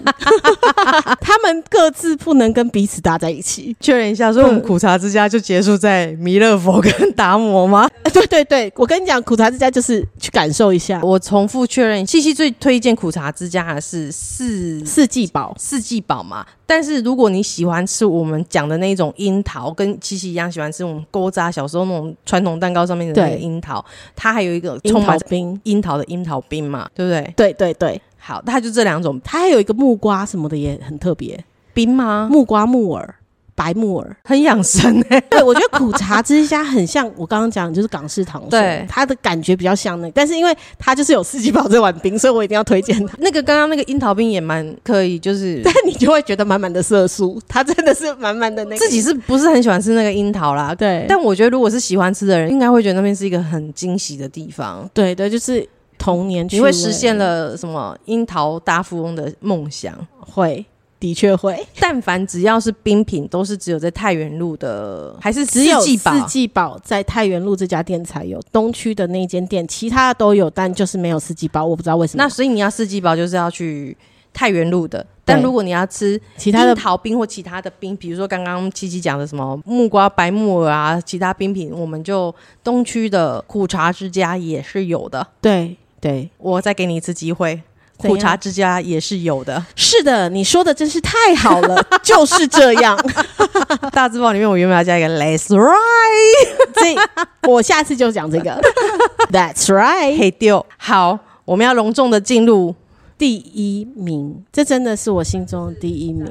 他们各自不能跟彼此搭在一起。确认一下，所以我们苦茶之家就结束在弥勒佛跟达摩吗？哎 对对对，我跟你讲，苦茶之家就是去感受一下我重复确认，七七最推荐苦茶之家的是四四季宝。四季宝嘛，但是如果你喜欢吃我们讲的那种樱桃，跟七七一样喜欢吃我们勾扎小时候那种传统蛋糕上面的那个对樱桃，它还有一个樱充桃满冰，樱桃的樱桃冰嘛，对不对？对对对，好，它就这两种它还有一个木瓜什么的也很特别，冰吗？ 木瓜木耳。白木 耳，很养生哎、对我觉得苦茶之家很像我刚刚讲，就是港式糖水，对它的感觉比较像那个，但是因为它就是有四季宝这碗冰，所以我一定要推荐它。那个刚刚那个樱桃冰也蛮可以， 就是但你就会觉得满满的色素，它真的是满满的那个自己是不是很喜欢吃那个樱桃啦？对，但我觉得如果是喜欢吃的人，应该会觉得那边是一个很惊喜的地方。对对，就是童年你趣会味实现，了什么樱桃大富翁的梦想？会的确会，但凡只要是冰品，都是只有在太原路的，还是只有四季吧？四季宝在太原路这家店才有，东区的那间店其他都有，但就是没有四季宝，我不知道为什么。那所以你要四季包，就是要去太原路的。但对如果你要吃其他的樱桃冰或其他的冰，比如说刚刚七七讲的什么木瓜、白木耳啊，其他冰品，我们就东区的苦茶之家也是有的。对。对，我再给你一次机会，怎苦样茶之家也是有的。是的，你说的真是太好 了，就是这样。大字报里面我原本要加一个 Let's Right，这我下次就讲这 个。That's right，嘿丢。好，我们要隆重的进入第一名，这真的是我心中的第一名。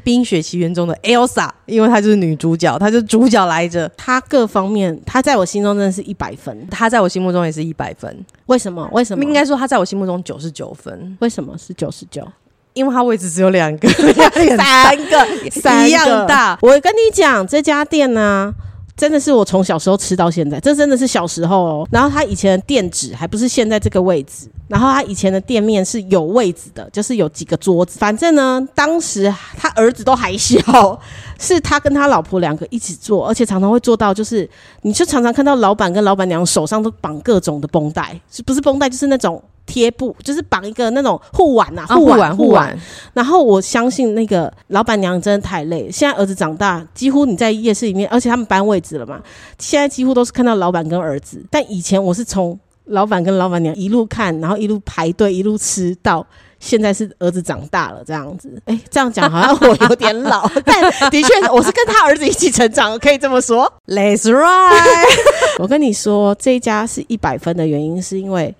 《冰雪奇缘》中的 Elsa，因为她就是女主角，她就是主角来着。他各方面，他在我心中真的是一百分。她在我心目中也是一百分，为什么？为什么？应该说她在我心目中九十九分，为什么是九十九？因为她位置只有两个，压力很大 三个，三 个一样大。我跟你讲，这家店呢、真的是我从小时候吃到现在，这真的是小时候哦。然后它以前的店址还不是现在这个位置，然后它以前的店面是有位置的，就是有几个桌子。反正呢，当时他儿子都还小，是他跟他老婆两个一起做，而且常常会做到，就是你就常常看到老板跟老板娘手上都绑各种的绷带，是不是绷带就是那种贴布，就是绑一个那种护腕呐、哦啊，护腕腕护腕腕，然后我相信那个老板娘真的太累了，现在儿子长大，几乎你在夜市里面，而且他们搬位置了嘛，现在几乎都是看到老板跟儿子。但以前我是从老板跟老板娘一路看，然后一路排队，一路吃到。现在是儿子长大了，这样子，哎、这样讲好像我有点老， 但的确我是跟他儿子一起成长，可以这么说。 Let's Right， 我跟你说，这一家是一百分的原因，是因为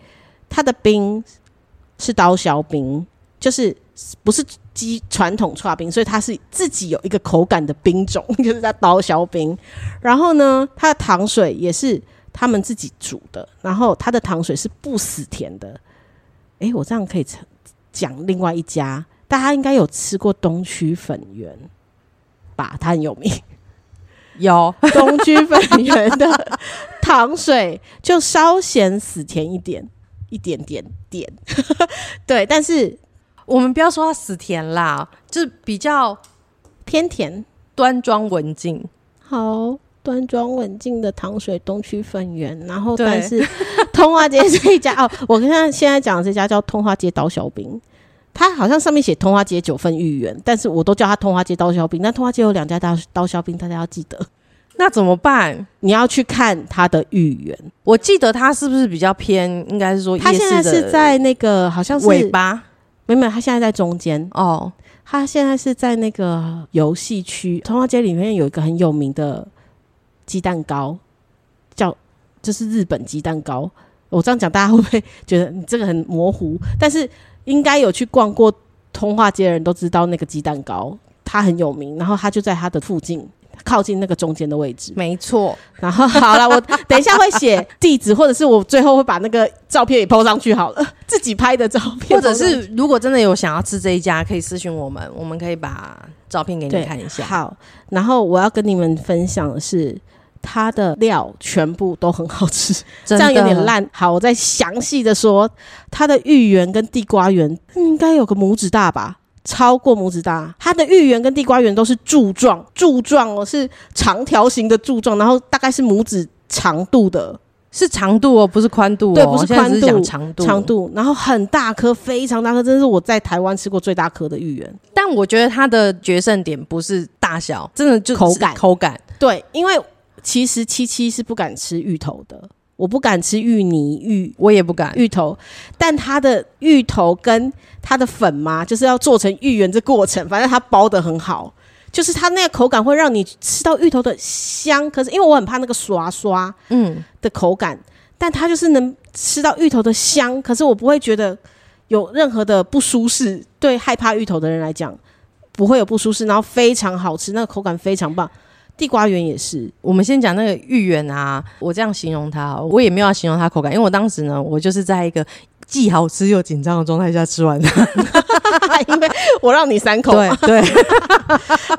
它的冰是刀削冰，就是不是鸡传统串冰，所以它是自己有一个口感的冰种，就是它刀削冰。然后呢，它的糖水也是他们自己煮的，然后它的糖水是不死甜的。诶，我这样可以成讲另外一家，大家应该有吃过东区粉圆吧？它很有名。有 东区粉圆的糖水，就稍显死甜一点，一点点点。 对，但是我们不要说它死甜啦，就是比较偏甜，端庄文静。好端庄稳静的糖水东区粉圆。然后，对但是 通化街这一家哦，我跟他现在讲的这家叫通化街刀削饼。它好像上面写通化街九份芋圆，但是我都叫它通化街刀削饼。那通化街有两家刀刀削饼，大家要记得，那怎么办？你要去看它的芋圆。我记得它是不是比较偏？应该是说夜它现在市的是在那个好像是尾巴没有没有，他现在在中间，哦，他现在是在那个游戏区，通化街里面有一个很有名的鸡蛋糕，叫就是日本鸡蛋糕。我这样讲，大家会不会觉得你这个很模糊？但是应该有去逛过通化街的人都知道那个鸡蛋糕，它很有名，然后它就在它的附近，靠近那个中间的位置。没错。然后好了，我等一下会写地址，或者是我最后会把那个照片也 PO 上去好了，自己拍的照或片，者是如果真的有想要吃这一家，可以私信我们，我们可以把照片给对，你看一下。好，然后我要跟你们分享的是，它的料全部都很好吃，这这样有点，烂。好，我再详细的说，它的芋圆跟地瓜圆嗯应该有个拇指大吧。超过拇指大，它的芋圆跟地瓜圆都是柱状，柱状哦，是长条形的柱状，然后大概是拇指长度的是长度哦，不是宽度哦，对不是现在只宽度讲长度，长。度，然后很大颗，非常大颗，真是我在台湾吃过最大颗的芋圆。但我觉得它的决胜点不是大小，真的就只口感口感。对，因为其实七七是不敢吃芋头的，我不敢吃芋泥、芋我也不敢，芋头，但它的芋头跟它的粉嘛，就是要做成芋圆这过程，反正它包的很好，就是它那个口感会让你吃到芋头的香，可是因为我很怕那个刷刷嗯，的口感，但它就是能吃到芋头的香，可是我不会觉得有任何的不舒适，对害怕芋头的人来讲不会有不舒适，然后非常好吃，那个口感非常棒。地瓜圆也是，我们先讲那个芋圆啊，我这样形容它，我也没有要形容它口感，因为我当时呢，我就是在一个既好吃又紧张的状态下吃完它。 因为我让你三口，对对，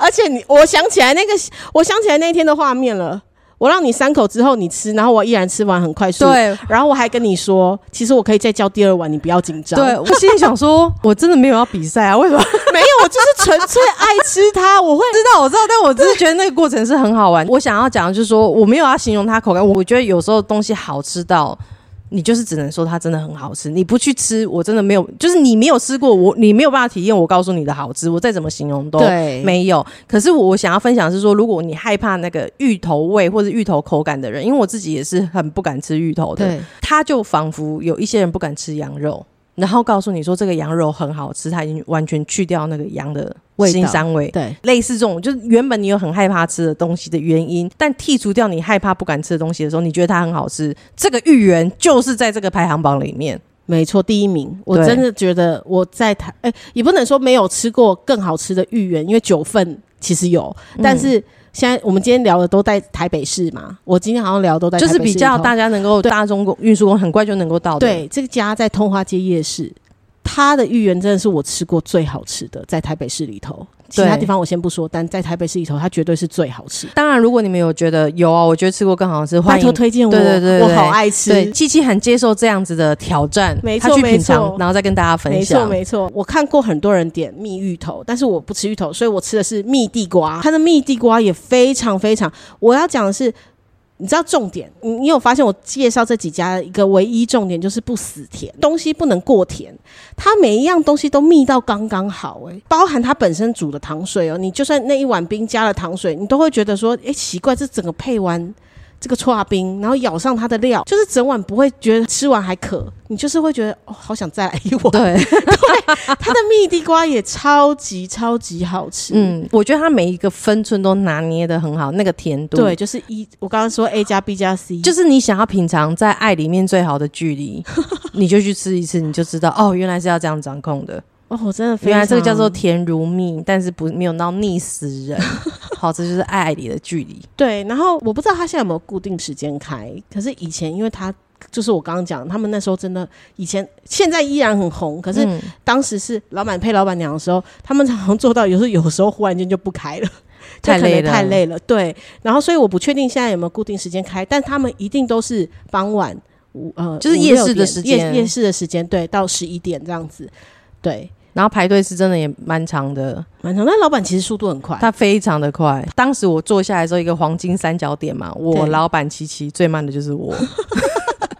而且你，我想起来那个，我想起来那一天的画面了。我让你三口之后你吃，然后我依然吃完很快速， 对然后我还跟你说，其实我可以再叫第二碗，你不要紧张。对，我心里想说，我真的没有要比赛啊，为什么？ 没有，我就是 纯粹爱吃它，我会知道，我知道，但我只是觉得那个过程是很好玩。我想要讲的就是说，我没有要形容它口感，我觉得有时候东西好吃到你就是只能说它真的很好吃。你不去吃，我真的没有，就是你没有吃过，我你没有办法体验我告诉你的好吃，我再怎么形容都对没有。可是我想要分享的是说，如果你害怕那个芋头味或者芋头口感的人，因为我自己也是很不敢吃芋头的，对他就仿佛有一些人不敢吃羊肉。然后告诉你说这个羊肉很好吃，他已经完全去掉那个羊的味道腥膻味，对类似这种，就是原本你有很害怕吃的东西的原因，但剔除掉你害怕不敢吃的东西的时候，你觉得它很好吃，这个芋圆就是在这个排行榜里面。没错，第一名，我对真的觉得我在台，哎、也不能说没有吃过更好吃的芋圆，因为九份其实有，但是现在我们今天聊的都在台北市嘛，我今天好像聊的都在就是台北市比较里头大家能够对大众公运输工很快就能够到的。，对，这家在通化街夜市，它的芋圆真的是我吃过最好吃的，在台北市里头。其他对地方我先不说，但在台北市里头，它绝对是最好吃。当然如果你们有觉得有啊，我觉得吃过更好吃，拜欢托迎。推荐我，对对对对我好爱吃。对，七七很接受这样子的挑战，没他错去没品尝错，然后再跟大家分没错享。没错，我看过很多人点蜜芋头，但是我不吃芋头，所以我吃的是蜜地瓜。它的蜜地瓜也非常非常，我要讲的是。你知道重点，你你有发现我介绍这几家一个唯一重点就是不死甜，东西不能过甜，它每一样东西都密到刚刚好、欸，包含它本身煮的糖水哦，你就算那一碗冰加了糖水，你都会觉得说，哎、奇怪，这整个配完这个搓冰，然后咬上它的料，就是整碗不会觉得吃完还渴，你就是会觉得哦，好想再来一碗。对，它的蜜地瓜也超级超级好吃。嗯，嗯，我觉得他每一个分寸都拿捏的很好，那个甜度，对，，就是一，我刚刚说 A 加 B 加 C，就是你想要品尝在爱里面最好的距离， 你就去吃一次，你就知道哦，原来是要这样掌控的。哦，我真的非常原来这个叫做甜如蜜，但是不没有到腻死 人。好，这就是爱里的距离。对。然后我不知道它现在有没有固定时间开，可是以前因为它。就是我刚刚讲，他们那时候真的以前现在依然很红，可是嗯当时是老板配老板娘的时候，他们常常做到，有时候有时候忽然间就不开了，就太可能累了太累了。对，然后所以我不确定现在有没有固定时间开，但他们一定都是傍晚五呃，就是五夜六市的点时夜间夜市的时间，对，到十一点这样子，对，然后排队是真的也蛮长的，蛮长。但老板其实速度很快，它非常的快。当时我坐下来的时候，一个黄金三角点嘛，我对老板琪琪最慢的就是我。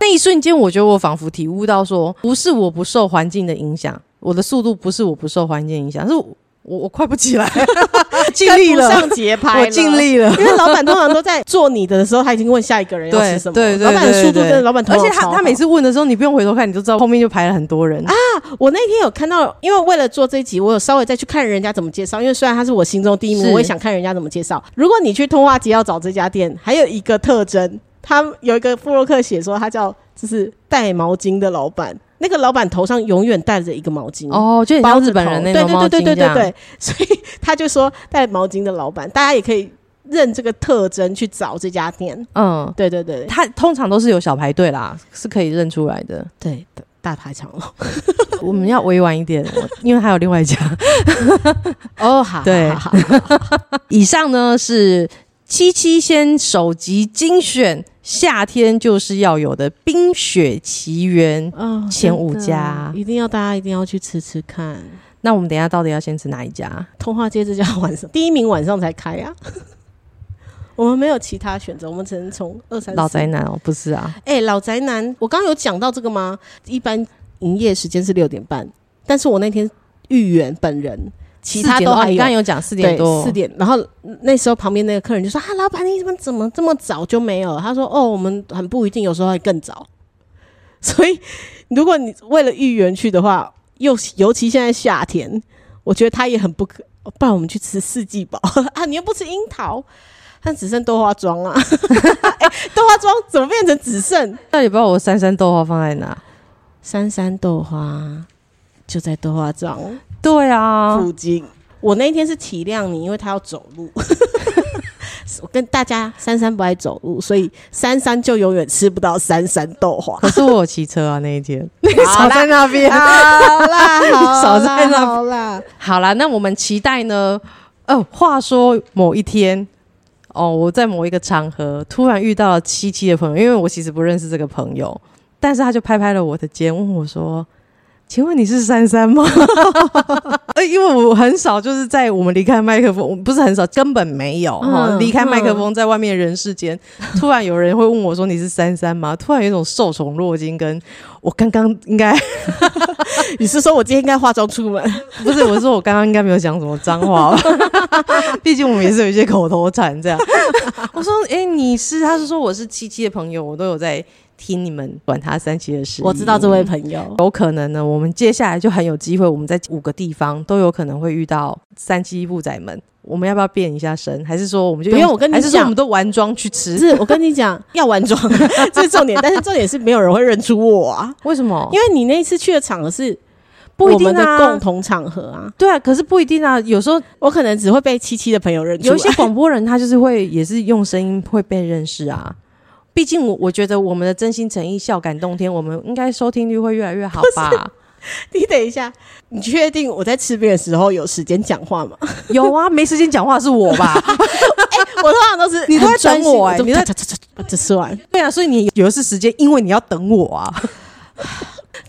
那一瞬间，我觉得我仿佛体悟到说，不是我不受环境的影响，我的速度不是我不受环境影响，是我我我快不起 来，尽力跟不了上，节拍了我尽。力 了。因为老板通常都在做你的的时候，他已经问下一个人要吃对什 么。对对，老板的对速度对真的，老板头而脑且他超他好每次问的时候，你不用回头看，你就知道后面就排了很多人啊。我那天有看到，因为为了做这一集，我有稍微再去看人家怎么介绍。因为虽然他是我心中第一名，是我也想看人家怎么介绍。如果你去通化街要找这家店，还有一个特征，他有一个布洛克写说他叫就是带毛巾的老板，那个老板头上永远戴着一个毛巾。哦，就很包像着日本头人那对种对猫对对精这对对样。对，所以他就说带毛巾的老板，大家也可以认这个特征去找这家店。嗯，对对对他通常都是有小排队啦，是可以认出来的。对，大大排长龙。我们要委婉一点，我因为还有另外一家。哦，好，对好好好好以上呢是七七先首集精选，夏天就是要有的《冰雪奇缘》。哦，前真五的家一定要大家一定要去吃吃看。那我们等一下到底要先吃哪一家？通化街这家晚上 第一名晚上才开啊， 我们没有其他选择，我们只能从二三四老宅。男哦，不是啊，哎、老宅男，我刚刚有讲到这个吗？一般营业时间是六点半，但是我那天预员本人，其他4点都多哦还你有刚刚有讲四点对，多，四点。然后那时候旁边那个客人就说：“啊，老板，你怎么怎么这么早就没有了？”他说：“哦，我们很不一定，有时候还更早。” 所以，如果你为了芋圆去的话，又尤其现在夏天，我觉得他也很不可。哦不然我们去吃四季宝 啊！你又不吃樱桃，但只剩豆花庄啊！ 哎、豆花庄怎么变成只剩 到底不知道我三三豆花放在哪？三三豆花？就在豆花庄对啊， 附近。我那一天是体谅你，因为他要走路。 我跟大家，珊珊不爱走路，所以珊珊就永远吃不到珊珊豆花。可是我有骑车啊那一天，少好啦在那边。 好啦，少好在啦，那好啦，好啦，那我们期待呢。哦，话说某一天，哦，我在某一个场合突然遇到了七七的朋友，因为我其实不认识这个朋友，但是他就拍拍了我的肩，问我说：“请问你是珊珊吗？”而 呃，因为我很少就是在我们离开麦克风，不是很少，根本没有哈。嗯离开麦克风，在外面人世间，突然有人会问我说：“你是珊珊吗？”突然有一种受宠若惊，跟我刚刚应该你是说我今天应该化妆出门？ 不是，我是说我刚刚应该没有讲什么脏话 吧，毕竟我们也是有一些口头禅这样。 我说：“哎、你是？”他是说我是七七的朋友，我都有在听你们管他三七的事。我知道这位朋友，有可能呢，我们接下来就很有机会，我们在五个地方都有可能会遇到三七布仔们。我们要不要变一下身？还是说我们就不用？用我跟你还是说讲我们都玩妆去只吃？是我跟你讲，要玩妆 这是重点，但是重点是没有人会认出我啊，为什么？因为你那一次去的场合是不一我定们的啊共同场合啊，对啊，可是不一定啊。有时候我可能只会被七七的朋友认出有来。一些广播人他就是会也是用声音会被认识啊。毕竟我我觉得我们的真心诚意笑感动天，我们应该收听率会越来越好吧？ 你等一下，你确定我在吃边的时候有时间讲话吗？有啊，没时间讲话是我 吧？我通常都是你都在很专心等我欸就你在嚓嚓嚓嚓把这吃完，对啊，所以你有的是时间，因为你要等我啊。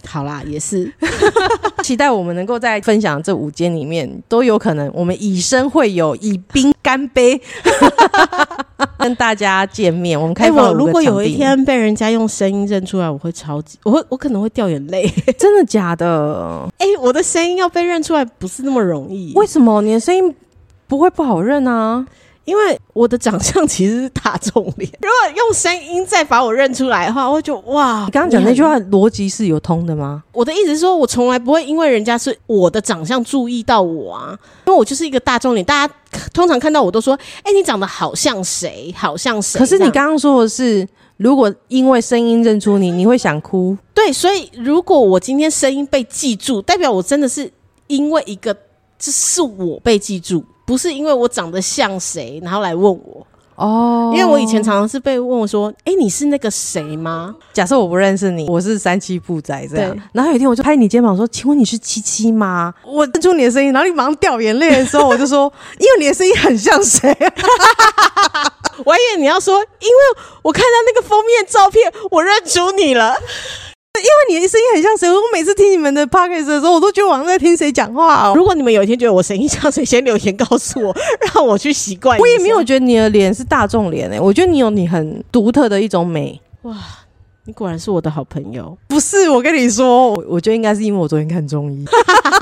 好啦，也是期待我们能够在分享这五间里面都有可能，我们以身会友，以兵干 杯，跟大家见面。我们开哎，放、我如果有一，天被人家用声音认出来，我会超级，我会我可能会掉眼泪。真的假的？ 哎、我的声音要被认出来不是那么容易，为什么你的声音不会不好认啊？因为我的长相其实是大众脸。 如果用声音再把我认出来的话，我会觉得哇，你刚刚讲你很那句，话逻辑是有通的吗？我的意思是说，我从来不会因为人家是我的长相注意到我啊，因为我就是一个大众脸，大家通常看到我都说，哎、你长得好像谁，好像谁。可是你这样刚刚说的是，如果因为声音认出你，你会想哭。对，所以如果我今天声音被记住，代表我真的是因为一个，这是我被记住，不是因为我长得像谁，然后来问我。哦因为我以前常常是被问我说：“哎、你是那个谁吗假设我不认识你，我是三七布仔这样对。然后有一天我就拍你肩膀说：“请问你是七七吗？”我认出你的声音，然后你马上掉眼泪的时候，我就说：“因为你的声音很像谁、啊？”？” 我还以为你要说，因为我看到那个封面照片，我认出你了。因为你的声音很像谁？我每次听你们的 podcast 的时候，我都觉得我好像在听谁讲话、哦。如果你们有一天觉得我声音像谁，先留言告诉我，让我去习惯。我也没有，觉得你的脸是大众脸诶、欸我觉得你有你很独特的一种美。你果然是我的好朋友。不是，我跟你说，我我觉得应该是因为我昨天看中医。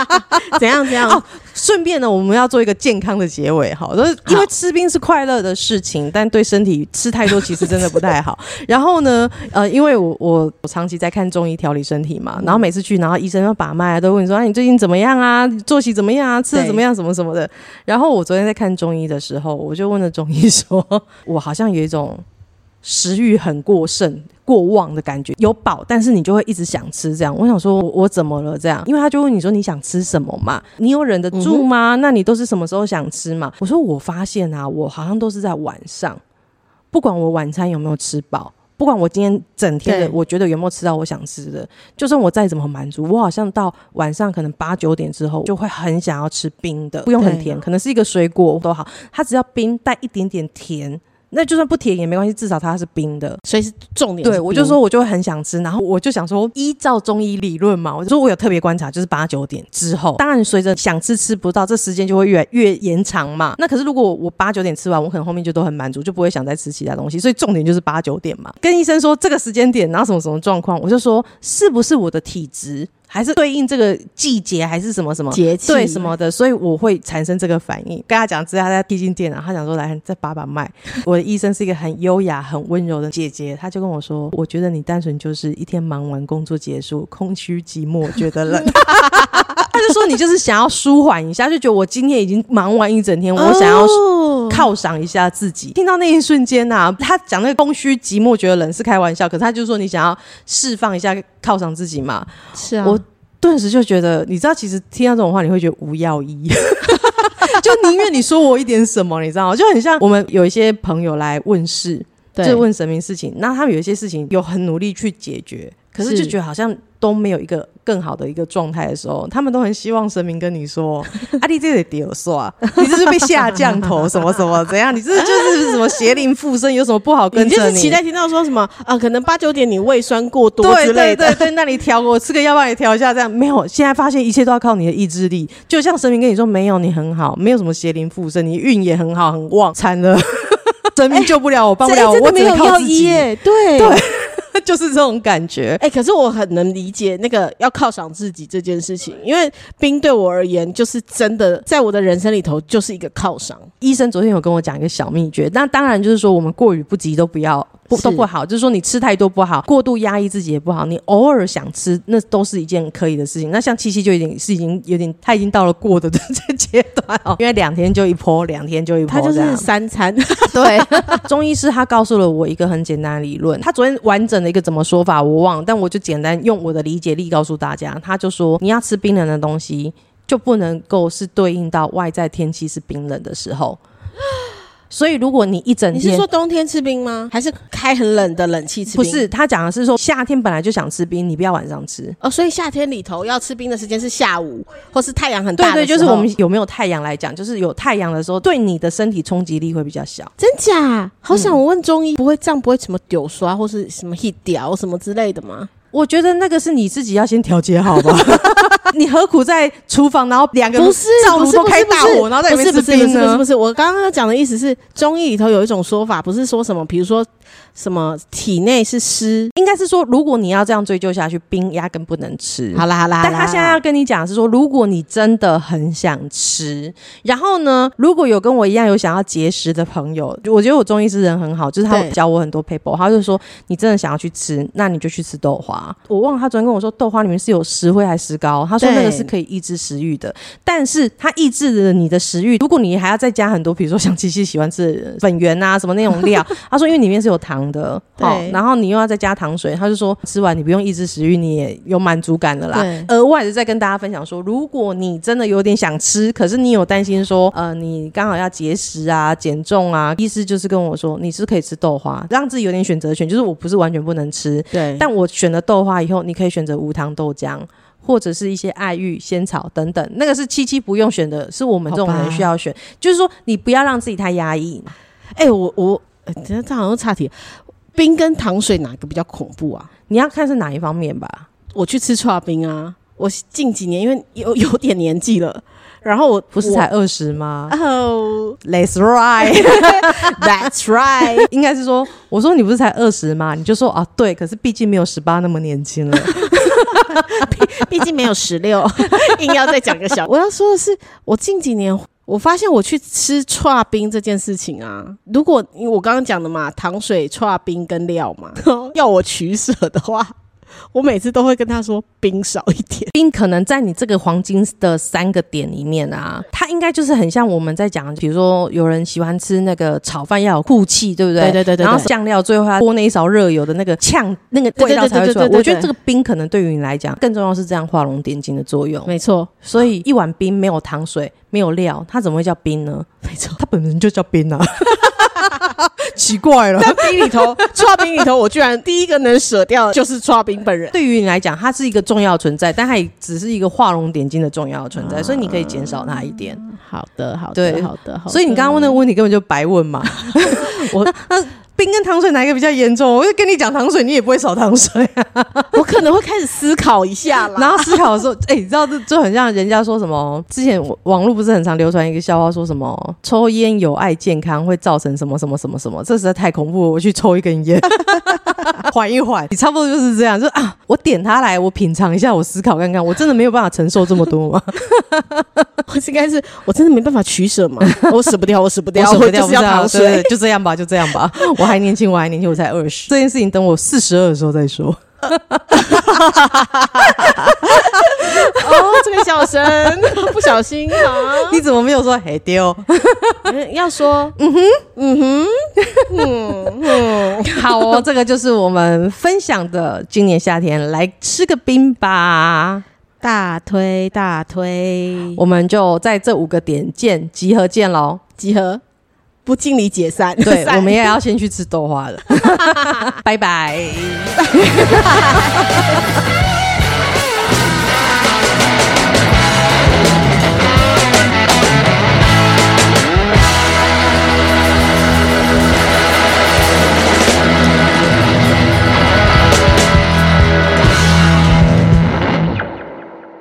怎样怎样？哦顺便呢，我们要做一个健康的结尾，好，就是因为吃冰是快乐的事情，但对身体吃太多其实真的不太好。 然后呢，呃，因为我我我长期在看中医调理身体嘛，然后每次去，然后医生要把脉啊，都问你说，啊，你最近怎么样啊？作息怎么样啊？吃的对怎么样？什么什么的。然后我昨天在看中医的时候，我就问了中医说，我好像有一种食欲很过剩、过旺的感觉，有饱，但是你就会一直想吃。这样，我想说我，我怎么了？这样，因为他就问你说你想吃什么嘛？你有忍得住吗？那你都是什么时候想吃嘛？我说我发现啊，我好像都是在晚上，不管我晚餐有没有吃饱。不管我今天整天的，对我觉得有没有吃到我想吃的，就算我再怎么满足，我好像到晚上可能八九点之后，就会很想要吃冰的，不用很对甜，可能是一个水果都好，它只要冰带一点点甜，那就算不甜也没关系，至少它是冰的。所以是重点是对，我就冰说我就会很想吃，然后我就想说，依照中医理论嘛，我就说我有特别观察，就是八九点之后，当然随着想吃吃不到，这时间就会越来越延长嘛。那可是如果我八九点吃完，我可能后面就都很满足，就不会想再吃其他东西。所以重点就是八九点嘛。跟医生说这个时间点，然后什么什么状况，我就说是不是我的体质，还是对应这个季节，还是什么什么。节气对什么的，所以我会产生这个反应。跟他讲啊之后，他在贴近电脑，他想说来再把把脉。 我的医生是一个很优雅、很温柔的姐姐，她就跟我说：“我觉得你单纯就是一天忙完工作结束，空虚寂寞，觉得 冷。”他就说：“你就是想要舒缓一下，就觉得我今天已经忙完一整天，我想要哦犒赏一下自己。听到那一瞬间呐、他讲那个空虚、寂寞、觉得冷是开玩笑，可是他就说你想要释放一下，犒赏自己嘛。是啊，我顿时就觉得，你知道，其实听到这种话，你会觉得无药医， 就宁愿你说我一点什么，你知道吗？就很像我们有一些朋友来问事，对就问神明事情，那他们有一些事情有很努力去解决，可是是就觉得好像都没有一个更好的一个状态的时候，他们都很希望神明跟你说：“啊，你这得丢啊，你这是被下降头什么什么怎样？你这就是什么邪灵附身，有什么不好跟你着就是期待听到说什么啊，可能八九点你胃酸过多对之对类的对。对，那你调我吃个药帮你调一下，这样没有。现在发现一切都要靠你的意志力，就像神明跟你说，没有你很好，没有什么邪灵附身，你运也很好，很旺，惨了， 神明救不了我，帮不这哎了我，真的我只没有能靠药自医己，耶，对对 就是这种感觉。哎、可是我很能理解那个要犒赏自己这件事情，因为冰对我而言，就是真的在我的人生里头就是一个犒赏。医生昨天有跟我讲一个小秘诀，那当然就是说我们过于不及都不要。不是都不好，就是说你吃太多不好，过度压抑自己也不好。你偶尔想吃，那都是一件可以的事情。那像七七就已经是已经有点，他已经到了过的这这阶段哦，因为两天就一波，两天就一波它这就样，是三餐， 对，中医师他告诉了我一个很简单的理论，他昨天完整的一个怎么说法我忘了，但我就简单用我的理解力告诉大家，他就说你要吃冰冷的东西，就不能够是对应到外在天气是冰冷的时候。所以如果你一整 你是天说冬天吃冰吗？还是开很冷的冷气吃不冰？是他讲的是说夏天本来就想吃冰，你不要晚上吃。哦，所以夏天里头要吃冰的时间是下午，或是太阳很对大的对，就时是我候们有没有太阳来讲，就是有太阳的时候，对你的身体冲击力会比较小。真假？好想我问中医，不会这样不会什么丢刷或是什么一屌什么之类的吗？我觉得那个是你自己要先调节好 吧，你何苦在厨房，然后两个不是，灶不炉是都不开是大火，然后在里不面吃是不是不冰是不是不呢？是，我刚刚讲的意思是，中医里头有一种说法，不是说什么，比如说什么体内是湿。应该是说，如果你要这样追究下去，冰压根不能吃。好啦好啦，但好啦他现在要跟你讲的是说，如果你真的很想吃，然后呢，如果有跟我一样有想要节食的朋友，我觉得我中医师人很好，就是他对教我很多 paper，他就说你真的想要去吃，那你就去吃豆花。我忘了他昨天跟我说豆花里面是有石灰还是石膏，他说对那个是可以抑制食欲的，嗯但是它抑制了你的食欲。如果你还要再加很多，比如说像七七喜欢吃的粉圆啊什么那种料，他说因为里面是有糖 的，对哦，然后你又要再加糖水，他就说吃完你不用抑制食欲，你也有满足感了啦。对额外的再跟大家分享说，如果你真的有点想吃，可是你有担心说，呃，你刚好要节食啊、减重啊，医师就是跟我说，你是可以吃豆花，让自己有点选择权，就是我不是完全不能吃，对，但我选了豆花以后，你可以选择无糖豆浆。或者是一些爱玉、仙草等等，那个是七七不用选的，是我们这种好人吧需要选。就是说，你不要让自己太压抑。哎、我我，呃等一下这好像差题。冰跟糖水哪个比较恐怖啊？你要看是哪一方面吧。我去吃串冰啊！我近几年因为有有点年纪了，然后我不是才二十 吗 我哦、 ？Let's ride。 t h a t s right，应该是说，我说你不是才二十吗？你就说啊，对，可是毕竟没有十八那么年轻了。 毕竟没有十六， 硬要再讲个小。我要说的是，我近几年我发现我去吃串冰这件事情啊，如果因为我刚刚讲的嘛，糖水、串冰跟料 嘛，要我取舍的话，我每次都会跟他说冰少一点。冰可能在你这个黄金的三个点里面啊，它应该就是很像我们在讲，比如说有人喜欢吃那个炒饭要有酷气，对不对？对对对对然后对酱料最后它泼那一勺热油的那个呛那个对味对道对才会出来。对对对对我觉得这个冰可能对于你来讲更重要是这样画龙点睛的作用。没错，所以一碗冰没有糖水没有料，它怎么会叫冰呢？没错。它本身就叫冰啊， 奇怪了。但冰里头，串冰里头，我居然第一个能舍掉的就是串冰本人。对于你来讲，它是一个重要存在，但它也只是一个画龙点睛的重要存在，所以你可以减少它一点。好的，好的的，好好的，好的。所以你刚刚问那个问题根本就白问嘛。我那那冰跟糖水哪一个比较严重？我就跟你讲糖水，你也不会少糖水、啊。我可能会开始思考一下啦。然后思考的时候，哎、你知道这就很像人家说什么？之前我网络不是很常流传一个笑话，说什么抽烟有害健康，会造成什么什么什么什么？这实在太恐怖了，我去抽一根 烟，缓一缓。你差不多就是这样，就啊，我点它来，我品尝一下，我思考看看，我真的没有办法承受这么多吗？ 我应该是我真的没办法取舍嘛， 我舍不掉，我 舍不掉，我舍不掉，就我是不要知道糖对对水。对就这样吧，就这样吧。我还年轻，我还年轻，我才二十。这件事情等我四十二的时候再说。啊哦，这个笑声 不小心啊， 你怎么没有说嘿丢？嗯要说嗯好 哦，这个就是我们分享的，今年夏天来吃个冰吧。大推大推，我们就在这五个点见，集合见喽。集合不敬礼解散。 对，散我们也要 先去吃豆花了。拜拜。